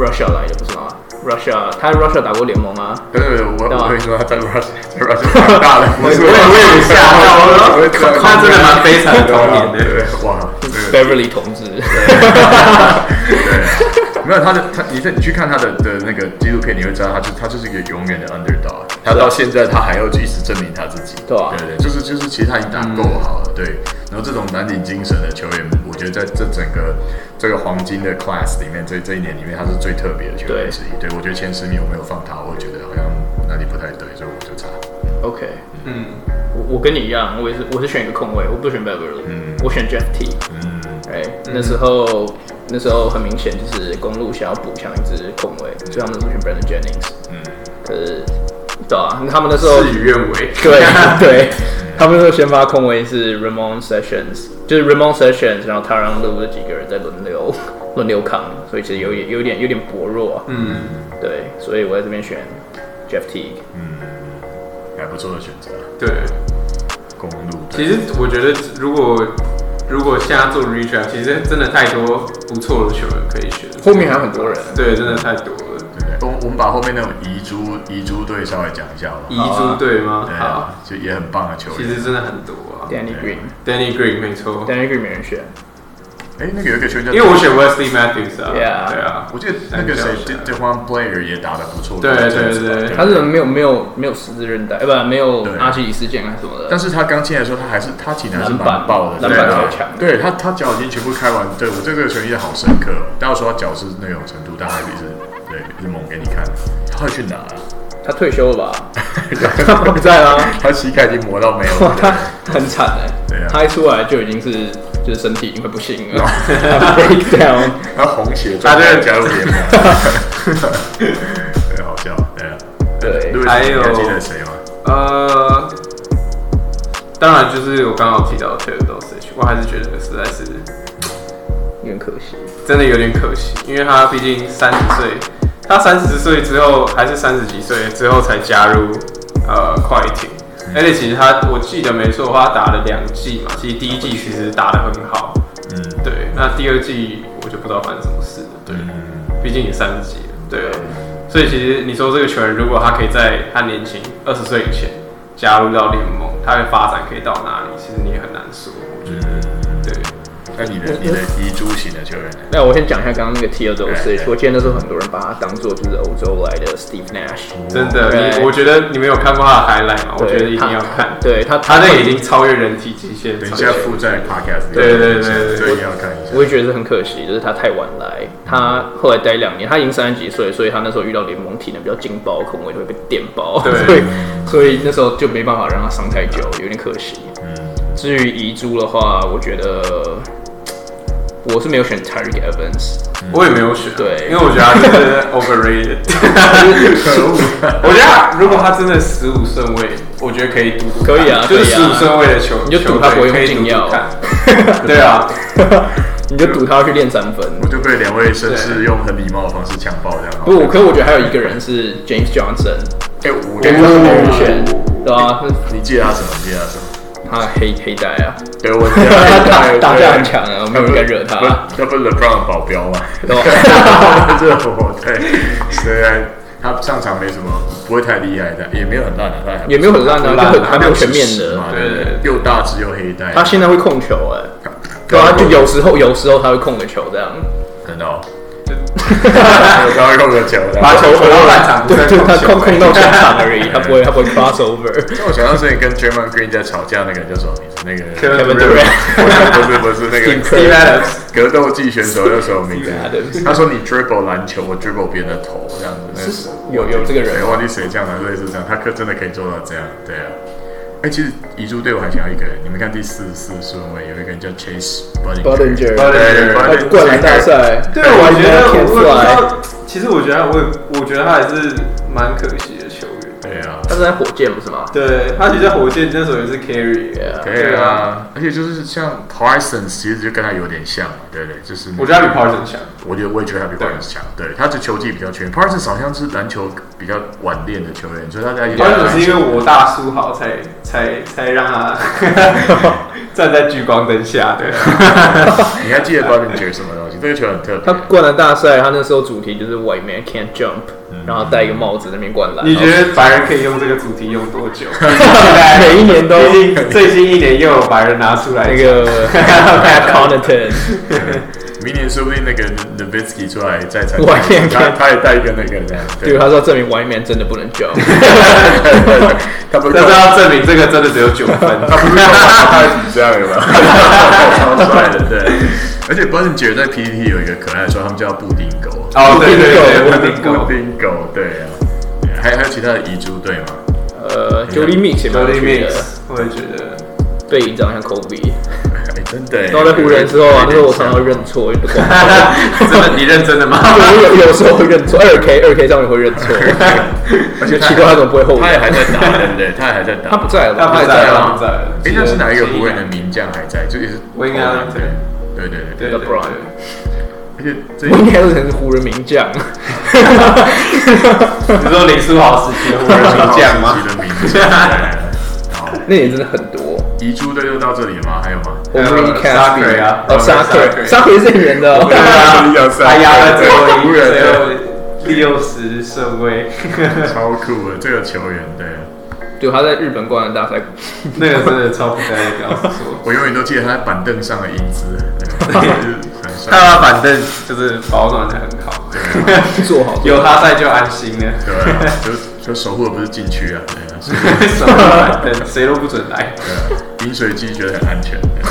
S1: Russia 来的不是吗？Russia 他在 Russia 打过联盟啊，
S2: 对对，对我
S1: 对啊
S2: 我跟你说，他在 Rush 在 Rush 长大了，我
S3: 我也我也吓到了
S2: 我也知道
S3: 他真的蛮悲惨的童年的
S2: 对哇，这个
S1: Beverly 同志，
S2: 对，啊没有他的他，你在你去看他的的那个纪录片，你会知道他就他就是一个永远的 underdog，他到现在他还要一直证明他自己，
S1: 对啊
S2: 对对，就是就是其实他已经打够好了，对。然后这种蓝领精神的球员，我觉得在这整个这个黄金的 class 里面，这这一年里面他是最特别的球员
S1: 对
S2: 之一。对我觉得前十名我没有放他，我觉得好像哪里不太对，所以我就查。
S1: OK，
S3: 嗯，
S1: 我我跟你一样，我也是我是选一个空位，我不选 Beverly，、
S2: 嗯
S1: 我选 Jeff T。
S2: 嗯，
S1: 哎、那时候那时候很明显就是公路想要补强一支空位，所以他们都选 Brandon Jennings。
S2: 嗯，
S1: 可是对啊，他们那时候
S3: 事与愿违。
S1: 对对，他们那时候先发空位是 Ramon Sessions，就是 Ramon Sessions，然后他让路这几个人在轮流轮流扛，所以其实有点有点有点薄弱啊。
S3: 嗯，
S1: 对，所以我在这边选 Jeff Teague。
S2: 还不错的选择，
S3: 对。
S2: 公路。
S3: 其实我觉得，如果如果现在做 redraft，其实真的太多不错的球员可以选。
S1: 后面还有很多人
S3: 对，真的太多了。
S2: 对我我们把后面那种遗珠遗珠队稍微讲一下吧。
S3: 遗珠队吗？
S2: 对
S3: 好
S2: 啊，，就也很棒的球
S3: 其
S2: 员。
S3: 实真的很多啊。
S1: ，Danny Green，Danny
S3: Danny Green 没错，
S1: Green 没人选，
S2: 哎，那个有一个球员叫，
S3: 因为我选 Wesley Matthews 啊。
S1: Yeah
S3: 对啊，
S2: 我记得那个谁 d
S3: 对
S2: e w a n Player 也打得不错。
S3: 对
S2: 那阵子
S3: 对对
S1: 他是没有没有没有十字韧带，呃，不，没有
S2: 对
S1: 阿基里斯腱还是什么的，
S2: 但是他刚进来的时候，他还是他体能还是蛮爆
S1: 篮
S2: 的，
S1: 板
S2: 对啊
S1: 篮板超强
S2: 对他，他脚已经全部开完，对我对这个球衣好深刻、哦。但我说他脚是那种程度，但还是一直对一直猛给你看。他会去哪、啊？
S1: 他退休了吧？ 他不在啦，
S2: 他膝盖已经磨到没有
S1: 哇
S2: 了。
S1: 他很惨哎、
S2: 对啊
S1: 他一出来就已经是就是身体已经快不行 了他，breakdown，
S2: 他红鞋状
S3: 啊
S2: 态
S3: 对
S2: 加入联盟， 对，好笑，对啊。
S1: 对
S2: 路易斯
S3: 还有
S2: 你还记得谁吗？
S3: 呃，当然就是我刚刚有提到 t e r d o s i c 我还是觉得实在是
S1: 有点可惜。
S3: 真的有点可惜，因为他毕竟三十岁，他三十岁之后还是三十几岁之后才加入呃快艇，而且其实他我记得没错的话，他打了两季嘛，其实第一季其实打得很好，
S2: 嗯，
S3: 对，那第二季我就不知道发生什么事了，对，毕竟也三十几了，对，所以其实你说这个球员如果他可以在他年轻二十岁以前加入到联盟，他的发展可以到哪里，其实你也很难说，
S2: 嗯
S3: 我觉得，对。
S2: 那你的你的遗珠型的球员呢？
S1: 那我先讲一下刚刚那个 t e o d o s i
S2: 哎
S1: c
S2: 哎
S1: 我记得那时候很多人把他当做就是欧洲来的 Steve Nash，
S3: 真的，
S1: 对
S3: 你我觉得你们有看过他的 highlight 吗？我
S1: 对
S3: 觉得一定要
S1: 他
S3: 看，
S1: 对他
S3: 他那个已经超越人体极限。
S2: 等一下附在 podcast 里面，
S3: 对对对对
S2: 所以要看一下。
S1: 我也觉得是很可惜，就是他太晚来，他后来待两年，他已经三十几岁，所以他那时候遇到联盟体能比较劲爆，控卫就会被电爆，
S3: 对
S1: 所以所以那时候就没办法让他伤太久，有点可惜。
S3: 嗯
S1: 至于遗珠的话，我觉得我是没有选 Tyreek Evans，
S3: 我也没有选，啊
S1: 对
S3: 因为我觉得他真的是 overrated。
S2: 可恶！
S3: 我觉得他如果他真的十五顺位，我觉得可以赌赌看，
S1: 可以啊
S3: 就是
S1: 可以啊
S3: 十五顺位的球，
S1: 你就赌他不会用禁药
S3: 球队可以赌赌看对啊，
S1: 你就赌他去练三分。
S2: 我就被两位绅士用很礼貌的方式强暴这样。
S1: 不，可是我觉得还有一个人是 James Johnson，
S2: 哎，我
S1: 这
S2: 跟
S1: 个
S2: 你
S1: 是
S3: 哦
S1: 没人
S2: 说，
S1: 选，对啊，是
S2: 你借他什么？你借他什么？
S1: 他黑黑带啊，
S2: 对，我
S1: 他打
S2: 对
S1: 打架很 强啊，没有人敢惹
S2: 不是
S1: 他，
S2: 那不是 LeBron 的保镖吗？
S1: 对吧？ 啊
S2: 这我对，虽然他上场没什么，不会太厉害的，也没有很烂的，他
S1: 也没有很烂啊，就很还没有全面
S2: 的
S1: 的。
S2: 嘛，
S3: 对
S2: 对
S3: 对
S2: 对，又大只又黑带，
S1: 他现在会控球哎、对啊，就有时候有时候他会控个球这样，
S2: 真的哦， 他会控个球的，
S3: 把球回到半场，不
S1: 对
S3: 再
S1: 对，
S3: 控
S1: 他
S3: 球
S1: 控控到中场而已，他不会他不会 crossover。
S2: 那我想到之前跟 j a m a n Green 在吵架那个叫什么名字？那 个
S1: Kevin
S3: Kevin
S1: Durant，
S2: 不是不是那个
S1: Steve
S3: Adams
S2: 格斗技选手叫什么名字
S1: Steve Adams？
S2: 他说你 dribble 篮球，我 dribble 别人的头这样子那是。
S1: 有有这个人
S2: 哎，忘记谁这样了，类似这样，他可真的可以做到这样，对啊。哎、其实遗珠队我还想要一个人，你们看第四四顺位有一个人叫 Chase
S1: b u d d i n
S2: Budding，
S1: g e r
S2: 对
S1: 他
S2: Budinger
S1: 灌篮大赛，
S3: 对，我觉得我
S1: Can't
S3: 我
S1: fly
S3: 不知道，其实我觉得我也我觉得他还是蛮可惜的球员。
S2: 对啊，
S1: 他是在火箭不是吗？
S3: 对他其实在火箭那时候也是 carry，
S1: Yeah
S2: 可以啊，而且就是像 Parsons，其实就跟他有点像嘛，对不对？就是
S3: 我觉得他比 Parsons 强。
S2: 我觉得我也觉得他比 Parsons 强，对，他是球技比较全。Parsons 好像是篮球比较晚练的球员，所以他在
S3: 关键是因为我大叔好才才才让 他站在聚光灯下的。
S2: 你还记得 b u d d i n g e r 什么东西？这个球很特别
S1: 他。灌篮大赛，他那时候主题就是 White Man Can't Jump，然后戴一个帽子在那边灌篮。
S3: 你觉得白人可以用这个主题用多 久？
S1: 然后每一年都
S3: 毕竟最新一年又有白人拿出来
S1: 那
S3: 一个，
S1: 个 Pat Connaughton，
S2: 明年说不定那个 Nowitzki 出来再参
S1: 我还没有
S2: 他
S1: 看
S2: 他也带一个那个这样，
S1: 对，他说证明 White Man 真的不能 jump。
S2: 他不是
S3: 但是要证明这个真的只有九 分。
S2: 他不是他 是这样的吗？超帅的，对。而且 b u d d i n g e r 在 PPT 有一个可爱的说，他们叫布丁狗，
S3: 哦，对对对，
S1: 布
S3: 布丁狗
S2: 布。丁狗，对啊。还还有其他的遗珠队吗？
S1: 呃，Jody Mix 也
S3: j
S1: 蛮
S3: o
S1: 有
S3: l i
S1: 趣的
S3: Mix，，我也觉 得。
S1: 被影响像 Kobe。
S2: 哎，真的耶。
S1: 然后在湖人之后啊，那时候我常常认错，就不管。
S3: 真的，你认真的吗？
S1: 我有有时候会认错，二 K 二 K 上面会认错，
S2: 而且
S1: 就
S2: 他
S1: 奇怪他怎么不会后
S2: 他也
S1: 悔？
S2: 还在打，对不对？他也还在打。
S1: 他不在了吧，
S3: 他不
S1: 也
S3: 在
S1: 了
S3: 了，
S1: 吗
S3: 他不在了。
S2: 哎，那是哪一个湖人的名将还在？就也是
S3: Wayne Allen
S2: 对对对
S3: 对
S2: 对。
S3: 对对
S1: LeBron
S2: 而且这
S1: 我应该是成是湖人名将。
S3: 你说林书豪时期的湖人名将吗？
S2: 的名将。对然后
S1: 那年真的很多，
S2: 遗珠队就到这里吗？还有
S3: 呃啊
S2: 吗？
S1: 我们 recap
S3: Sakura 啊
S1: 哦
S2: s a
S1: ，Sakura，
S2: k
S1: 哦 Sakura 是你们的哦，
S2: 对啊你讲
S3: 他压在最后
S2: 湖
S3: 一
S2: 人
S3: 最后
S2: 的
S3: 六十顺位，
S2: 超酷的这个球员，对
S1: 对，他在日本冠的大赛，
S3: 那个真的超不该的，老实说。
S2: 我永远都记得他在板凳上的英姿， 对就是很帅。
S3: 他板凳就是保暖的很好，
S1: 做好
S3: 有他在就安心了。
S2: 对啊，就就守护的不是禁区啊，对啊，是
S3: 什么板凳谁都不准来。
S2: 对啊饮水机觉得很安全，对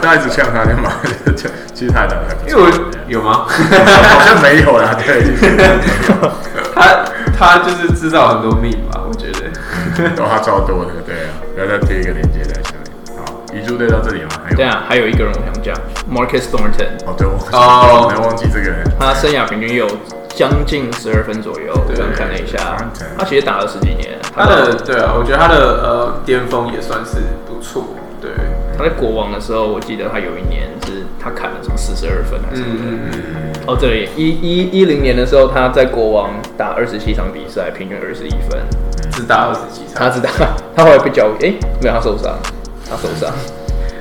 S2: 大家一直呛他干嘛？其实他也打得还不
S3: 因
S2: 错，
S3: 为我有吗？
S2: 好像没有啦，对，啊
S3: 他他就是制造很多命吧，我觉得。
S1: 啊
S2: 然后他超多的，对啊，然后再贴一个链接在下面。好，遗珠队到这里吗？还有
S1: 对
S2: 吗？
S1: 啊，还有一个人我想讲，Marcus Thornton，
S2: 哦，对，我
S3: 哦
S2: 没忘记这个人，
S1: 他生涯平均有将近十二分左右，我刚看了一下
S2: Thornton，
S1: 他其实打了十几年，
S3: 他的对啊，我觉得他的呃巅峰也算是不错，对，
S1: 他在国王的时候，我记得他有一年是他砍了什么四十二分啊还是什么的。
S3: 嗯嗯嗯，
S1: 哦，这里一一一零年的时候，他在国王打二十七场比赛，平均二十一分。
S3: 只打二十几场，
S1: 他只打，他后来被交易，诶，没有他受伤，他受伤，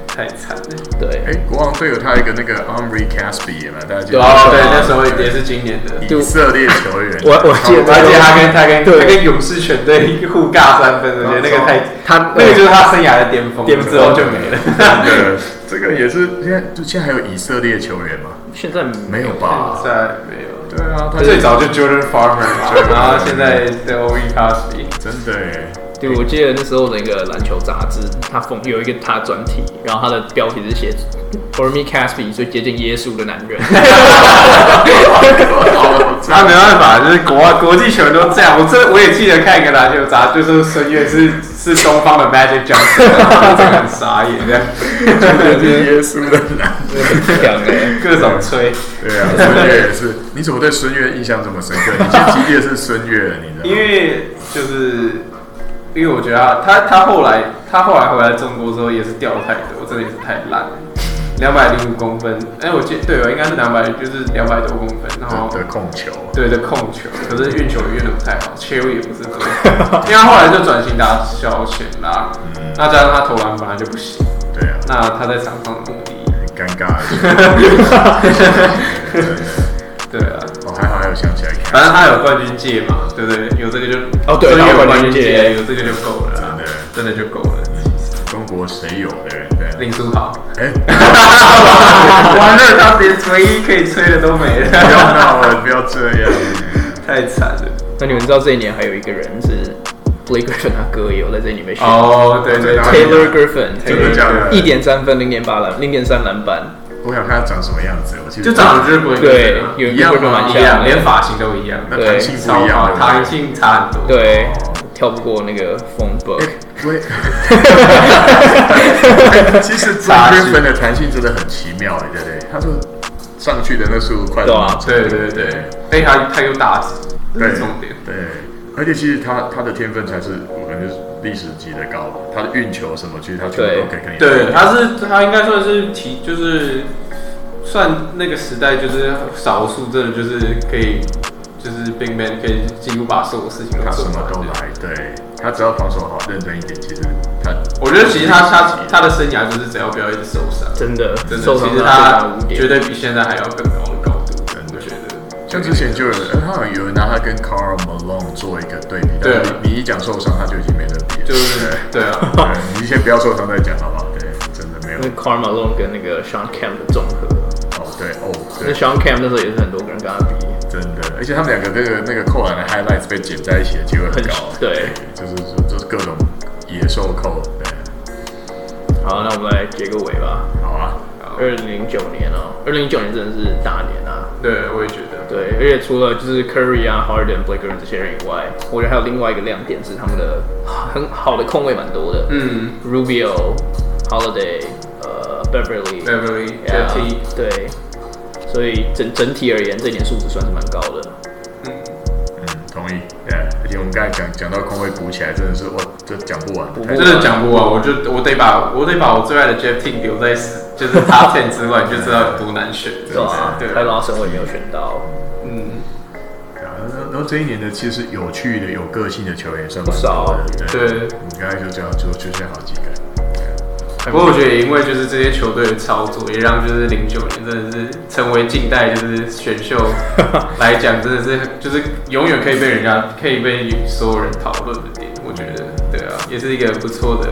S3: 太惨了。
S1: 对
S2: 哎，，国王队友他有一个那个 Omri Caspi 嘛，大家记得
S1: 对
S2: 吗
S1: 啊
S3: 哦，对，那时候也是今年的，
S2: 以色列球员，
S1: 我我记得
S3: 而且他跟他跟
S1: 对
S3: 他跟勇士全队互尬三分，我觉得那个太，
S1: 他
S3: 那个就是他生涯的巅峰，
S1: 巅峰
S3: 之后就 没了。
S2: 对，这个也是现在就现在还有以色列球员吗？
S1: 现在
S2: 没有吧？
S3: 在没有。
S2: 对啊，他
S3: 他最早就 Jordan Farmer 嘛， 然后现在的 o e Cosby，
S2: 真的耶，
S1: 对，我记得那时候的一个篮球杂志，它封有一个他专题，然后它的标题是写 “Ormi Caspi 最接近耶稣的男人
S3: 他啊没办法，就是国外国际球员都这样。我这我也记得看一个篮球杂志，就是孙悦是 是东方的 Magic Johnson，我整个很傻眼 这样，
S2: 就是耶稣的男”，
S1: 这个很强哎、
S3: 各种吹。
S2: 对啊，孙悦也是。你怎么对孙悦印象这么深刻？你先激烈是孙悦了，你知道吗？
S3: 因为就是因为我觉得他他他后来他后来回来中国之后也是掉了太多，真的也是太烂了，两百零五公分，哎、我记得对我应该是两百，就是两百多公分，然后
S2: 的控球，啊
S3: 对的控球，可是运球也运的不太好，切入也不是很好，因为他后来就转型打小前啦，
S1: 嗯
S3: 那加上他投篮本来就不行，
S2: 对啊，
S3: 那他在场上的努力，
S2: 很尴尬。
S3: 对啊，
S2: 哦，还好还有想起来看，
S3: 反正他有冠军戒嘛，对不对？有这个就
S1: 哦对
S3: 真的
S1: 他有
S3: 有
S1: 冠军戒
S3: 戒，有这个就够了啦，真的就够了。
S2: 中国谁有的人？对啊，
S3: 林书 豪，
S2: 哎，
S3: 完了，他连唯一可以吹的都没
S2: 不
S3: 了，
S2: 要闹了，不要这样。
S3: 太惨了。
S1: 那你们知道这一年还有一个人是 Blake Griffin 他哥也有在这里面选、
S3: 哦，对对
S2: 对
S1: Taylor Griffin，
S2: 真的假的
S1: 一点三分，零点八篮，零点三篮板，
S2: 我想看他长什么样子，我记得
S3: 就长得就是不会
S1: 对，有
S2: 一
S1: 一
S2: 样
S1: 个 Griffin
S2: 吗
S1: 蛮
S3: 一样，
S1: 像
S3: 连
S1: 的，
S3: 发型都一样，
S2: 那弹性不
S3: 超
S2: 一样，对不对
S3: 弹性差很多。
S1: 对，跳不过那个风波。
S2: 对，其实 b r
S3: 杂
S2: i
S3: 讯
S2: f 的弹性真的很奇妙，欸对不对？他说上去的那速度快
S1: 对啊
S3: 对对对对，哎，他他又打死，这
S2: 对
S3: 是重点。
S2: 对，而且其实他他的天分才是我感觉是历史级的高，他的运球什么，其实他全部都可以跟你
S3: 对，他是他应该算是提，就是算那个时代就是少数真的就是可以，就是 big man 可以几乎把所有事情都
S2: 他
S3: 做
S2: 什么
S3: 完
S2: 都
S3: 的。
S2: 来，对他只要防守好、认真一点，其实他嗯
S3: 我觉得其实他他他的生涯就是只要不要一直受伤，
S1: 真的，
S3: 真的，
S1: 受
S3: 其
S1: 伤
S3: 实
S1: 到最大
S3: 他
S1: 的污点
S3: 绝对比现在还要更高的高度，我觉得。
S2: 像之前就有人，呃他好像有人拿他跟 Carl Malone 做一个对比，
S3: 对啊
S2: 但是你你一讲受伤，他就已经没得比了，
S3: 就是
S2: 对
S3: 对啊，
S2: 对，你先不要受伤再讲好不好？对，真的没有
S1: 那。Karl Malone 跟那个 Sean Camp 的综合，
S2: 哦，对，哦，
S1: 那
S2: 对，
S1: Sean Camp 那时候也是很多个人跟他比，
S2: 真的，而且他们两个那个那个扣篮的 highlights 被剪在一起的机会很
S1: 很
S2: 高，啊
S1: 对。
S2: 就是就是各种野兽扣，对，
S1: 好，那我们来结个尾吧。
S2: 好啊，
S1: 二零零九年哦、2二零零九年真的是大年啊。
S3: 对，我也觉得。
S1: 对，而且除了就是 Curry 啊、Harden、Blake Griffin 这些人以外，我觉得还有另外一个亮点是他们的很好的控卫蛮多的，
S3: 嗯
S1: ，Rubio、Holiday、呃、Beverly、
S3: ，Beverly
S1: Yeah，
S3: Jetty，
S1: 对，所以整整体而言，这一年数值算是蛮高的。
S2: 嗯，同意，对，而且我们刚才讲讲到空位补起来，真的是哇，这讲不完，
S1: 补
S2: 太
S3: 真的讲不完，我就我得把我得把我最爱的 Jetty 留在就是 Top Ten 之外，你就知道有多难选。
S1: 对啊，
S3: 对
S1: 还有 Lawson 我也没有选到，
S3: 嗯，
S2: 啊然后这一年的其实有趣的、有个性的球员算蛮
S1: 不少
S2: 多的，
S3: 对
S2: 你刚才就这样就就剩好几个，对
S3: 哎不过我觉得也因为就是这些球队的操作，也让就是零九年真的是成为近代就是选 秀来讲，真的是就是永远可以被人家可以被所有人讨论的点。我觉得，对啊，也是一个不错的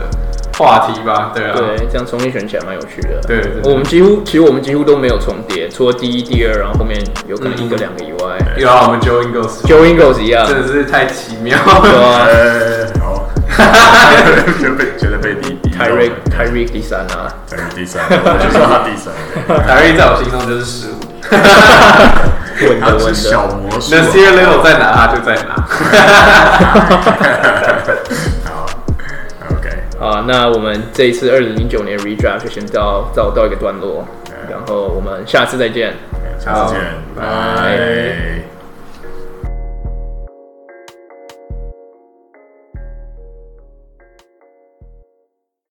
S3: 话题吧，对啊，
S1: 对，这样重新选起来蛮有趣的。
S3: 对真的
S1: 我们几乎其实我们几乎都没有重叠，除了第一、第二，然后后面有可能一个、
S3: 嗯
S1: 两个以外
S3: 又让我们 Joe Ingles
S1: ，Joe Ingles 一样，
S3: 真的是太奇妙
S1: 对
S3: 了。
S1: 啊
S2: 呃， 好， 觉得被觉得被第第
S1: t y r e e t y r e e 第三啊，
S2: 才是第三，我就说他第三个，
S3: 达瑞在我心中就是失误。
S1: 稳的
S2: 他
S1: 稳
S2: 是小
S1: 的，
S2: 魔术
S3: 那
S2: 啊。
S3: C L L 在哪，他就在哪。
S2: 好，OK，
S1: 啊，那我们这一次二零零九年 redraft 就先到
S3: 嗯
S1: 到到一个段落，然后我们下次再见。
S2: 下次见，
S1: 拜
S2: 拜。